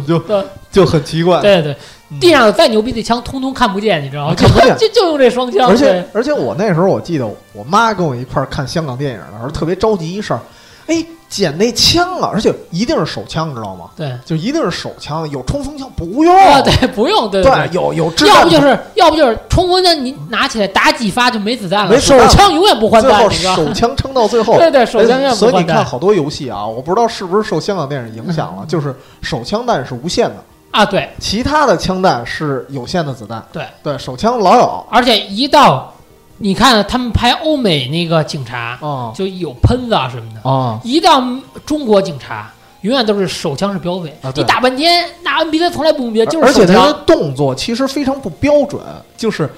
就对就很奇怪， 对对哎嗯，地上有再牛逼的枪，通通看不见，你知道吗？就看不见就就用这双枪，而且对而且我那时候我记得我妈跟我一块儿看香港电影的时候，特别着急一事儿，哎，捡那枪啊，而且一定是手枪，知道吗？对就一定是手枪，有冲锋枪不用，啊， 对， 不用，对对。有有对掷要弹不就是，要不就是冲锋枪，你拿起来打几发就没子弹没了，子手弹了枪永远不换最弹，后你知道吗？手枪撑到最后。对对，手枪永哎远所不以你换看，弹好多游戏啊，我不知道是不是受香港电影影响 了，就是手枪弹是无限的，啊！对，其他的枪弹是有限的子弹。对对，手枪老有而且一到你看他们拍欧美那个警察，啊就有喷子啊什么的，啊一到中国警察，永远都是手枪是标配。啊对你打半天，那 NPC 从来不明白，就而是且手他的枪。动作其实非常不标准，就是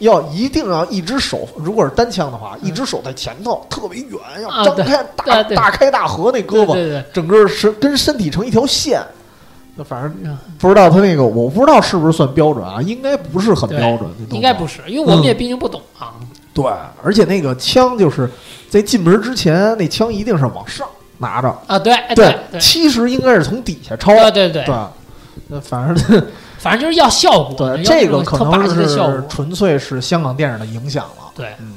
要一定要一只手，如果是单枪的话，一只手在前头，特别远，要啊张对开对大对大开大合那胳对膊，对对，整个是跟身体成一条线，那反正不知道他那个，我不知道是不是算标准啊，应该不是很对标准，那动应该画不是，因为我嗯们也毕竟不懂啊。对，而且那个枪就是在进门之前，那枪一定是往上拿着，啊，对哎对其实应该是从底下抄，对对对对，那反正反正就是要效果，对要这个种可特霸能气的效果是。纯粹是香港电影的影响了，对，嗯，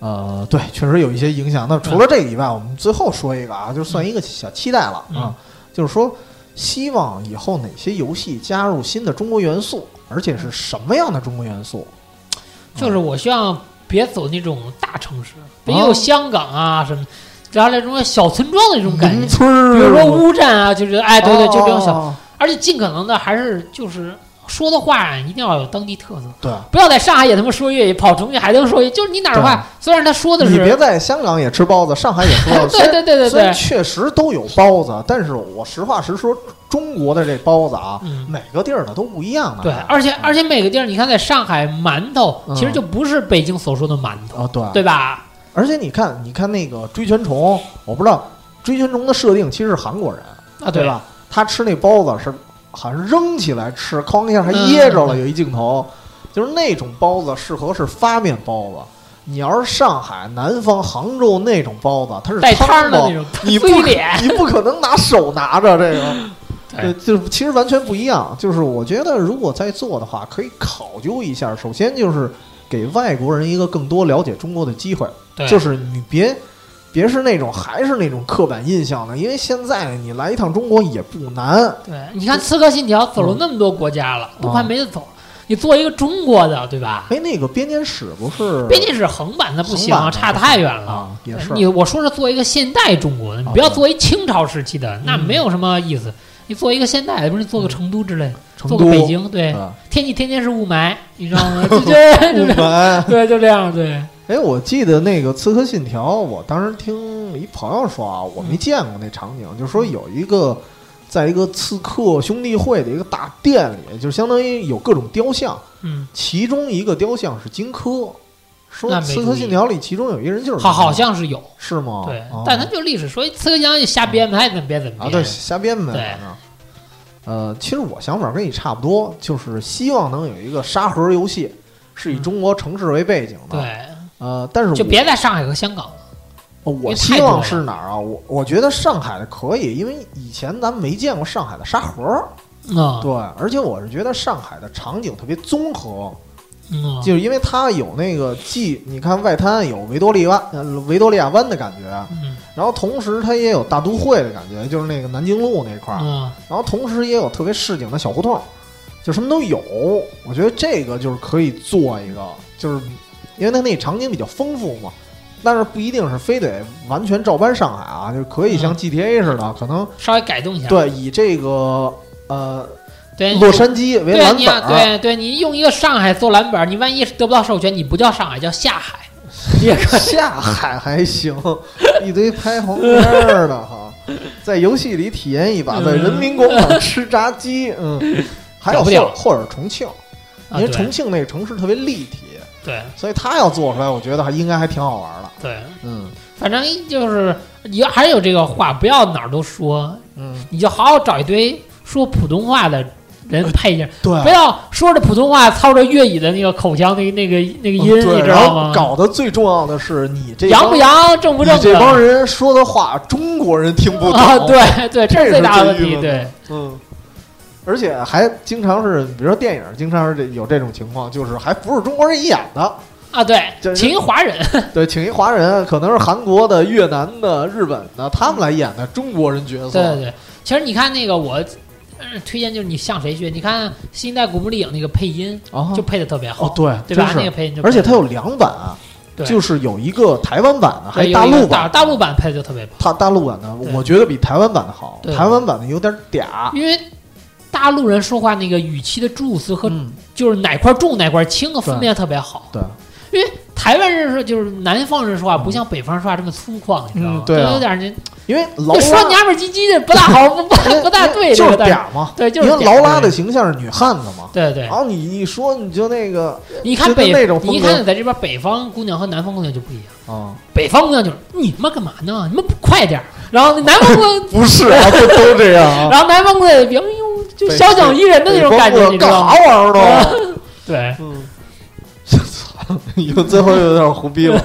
呃，对，确实有一些影响。那除了这个以外，我们最后说一个啊，就算一个小期待了啊嗯，就是说希望以后哪些游戏加入新的中国元素，而且是什么样的中国元素？就是我希望别走那种大城市，别哦有香港啊什么，然后那种小村庄的那种感农觉。村儿，比如说乌镇啊，就是哎，对对，就这种小，嗯哦而且尽可能的还是就是说的话啊一定要有当地特色，对。不要在上海也他妈说粤语，跑重庆还能说粤语，就是你哪儿话，虽然他说的你是别在香港也吃包子，上海也吃包子。 对对对对虽然对，确实都有包子，但是我实话实说，中国的这包子啊，嗯。每个地儿的都不一样的。啊对，而且而且每个地儿，你看在上海馒头嗯其实就不是北京所说的馒头，啊，对，对吧？而且你看，你看那个追全虫，我不知道追全虫的设定其实是韩国人，啊，对对？吧？他吃那包子是好像扔起来吃，哐一下还噎嗯着了，有一镜头，就是那种包子适合是发面包子。你要是上海、南方、杭州那种包子，它是带摊汤儿包的那种，你不飞脸， 你不可能拿手拿着这个，对对，就是其实完全不一样。就是我觉得如果在做的话，可以考究一下。首先就是给外国人一个更多了解中国的机会，对就是你别别是那种还是那种刻板印象的，因为现在你来一趟中国也不难。对，你看《刺客信条》走嗯了那么多国家了，都快没得走了，你做一个中国的，对吧？哎，那个编年史不是边境是横版的不横行版啊，的差太远了。啊，也是你我说是做一个现代中国的，你啊不要对做一清朝时期的，那嗯没有什么意思。你做一个现代的，不是你做个成都之类的，成做都、个北京，对，啊，天气天天是雾霾，你知道 吗？就这，就雾这，霾。对，就这样，对，哎，我记得那个《刺客信条》，我当时听一朋友说啊，嗯我没见过那场景，就说有一个在一个刺客兄弟会的一个大殿里，就相当于有各种雕像，嗯，其中一个雕像是荆轲。说那《没刺客信条》里其中有一人就是好，好荆轲像是有，是吗？对哦，但他就历史说《刺客信条》就瞎编，爱怎么编怎么啊，对，编，瞎编呗，对反正。呃，其实我想法跟你差不多，就是希望能有一个沙盒游戏，是以嗯中国城市为背景的。，对，呃，但是就我别在上海和香港了，哦因我为希太多望了是哪儿啊？我我觉得上海的可以，因为以前咱们没见过上海的沙河儿，嗯对，而且我是觉得上海的场景特别综合，嗯，就是因为它有那个既你看外滩有维多利亚湾呃维多利亚湾的感觉，嗯然后同时它也有大都会的感觉，就是那个南京路那块儿，嗯，然后同时也有特别市井的小胡同儿，就什么都有。我觉得这个就是可以做一个，就是因为它那场景比较丰富嘛，但是不一定是非得完全照搬上海啊，就可以像嗯 GTA 似的，可能稍微改动一下，对以这个呃对，洛杉矶为对蓝你本要儿，哎啊对对，你用一个上海做蓝本儿，你万一得不到授权，你不叫上海，叫下海，也可以。下海还行， 一堆拍黄片儿的哈，在游戏里体验一嗯把在人民广场吃炸鸡，嗯，还有了不或掉者或者重庆，啊因为对重庆那个城市特别立体。对所以他要做出来，我觉得还应该还挺好玩的。对，嗯反正就是也还有这个话，不要哪儿都说，嗯，你就好好找一堆说普通话的人配一下， 不对，要说着普通话操着粤语的那个口腔那个那个那个音，嗯对你知然道后吗？搞得最重要的是你这洋帮不洋，正不正你这的帮人说的话，中国人听不懂。啊，，对这对，这是最大的最问郁题，闷对嗯，而且还经常是，比如说电影，经常是这有这种情况，就是还不是中国人演 的，啊，对这，请一华人，对，请一华人，可能是韩国的、越南的、日本的，他们来演的中国人角对对色。对。其实你看那个我。呃推荐就是你向谁学？你看新一代古墓丽影那个配音啊就配的特别好，哦，对，对真吧？那是，个配音就而且配它有两版，对就是有一个台湾版的，还对有大一个陆大版，大陆版配的就特别棒，它大陆版的，对我觉得比台湾版的好。对台湾版的有点嗲，因为大陆人说话那个语气的助词和嗯，就是哪块重哪块轻啊，对分辨得特别好。对，因为台湾人说就是南方人说话不像北方人说话这么粗犷，你知道吗嗯？对啊就有点那因为劳就说拉哎娘们儿唧唧的不大好，不不不大对，就是这个但嗲嘛。对，就因是为劳拉的嗲。形象是女汉子嘛，对对然，后你一说你就那个你看就是那北种，风格你一看在这边北方姑娘和南方姑娘就不一样。啊，北方姑娘就是你妈干嘛呢？你们不快点儿，然后南方棍， 不是啊，不都这样啊？然后南方棍也别用，就小鸟依 人的那种感觉，你知干道啥吗？玩意儿 都？对， 嗯，操，你们最后又有点胡逼 了。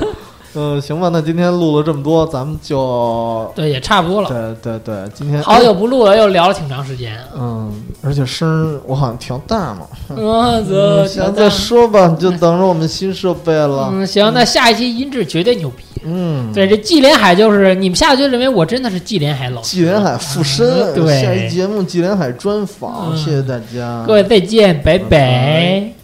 嗯，行吧，那今天录了这么多，咱们就对，也差不多了。对对对，今天好久不录了，又聊了挺长时间。嗯，而且声儿我好像调大嘛。我嗯，操！行，再说吧，你就等着我们新设备了。嗯，行，那下一期音质绝对牛逼。嗯，对，这纪连海就是你们下次就认为我真的是纪连海老师。纪连海附身，嗯对下一节目纪连海专访，嗯谢谢大家，各位再见，拜嗯拜拜拜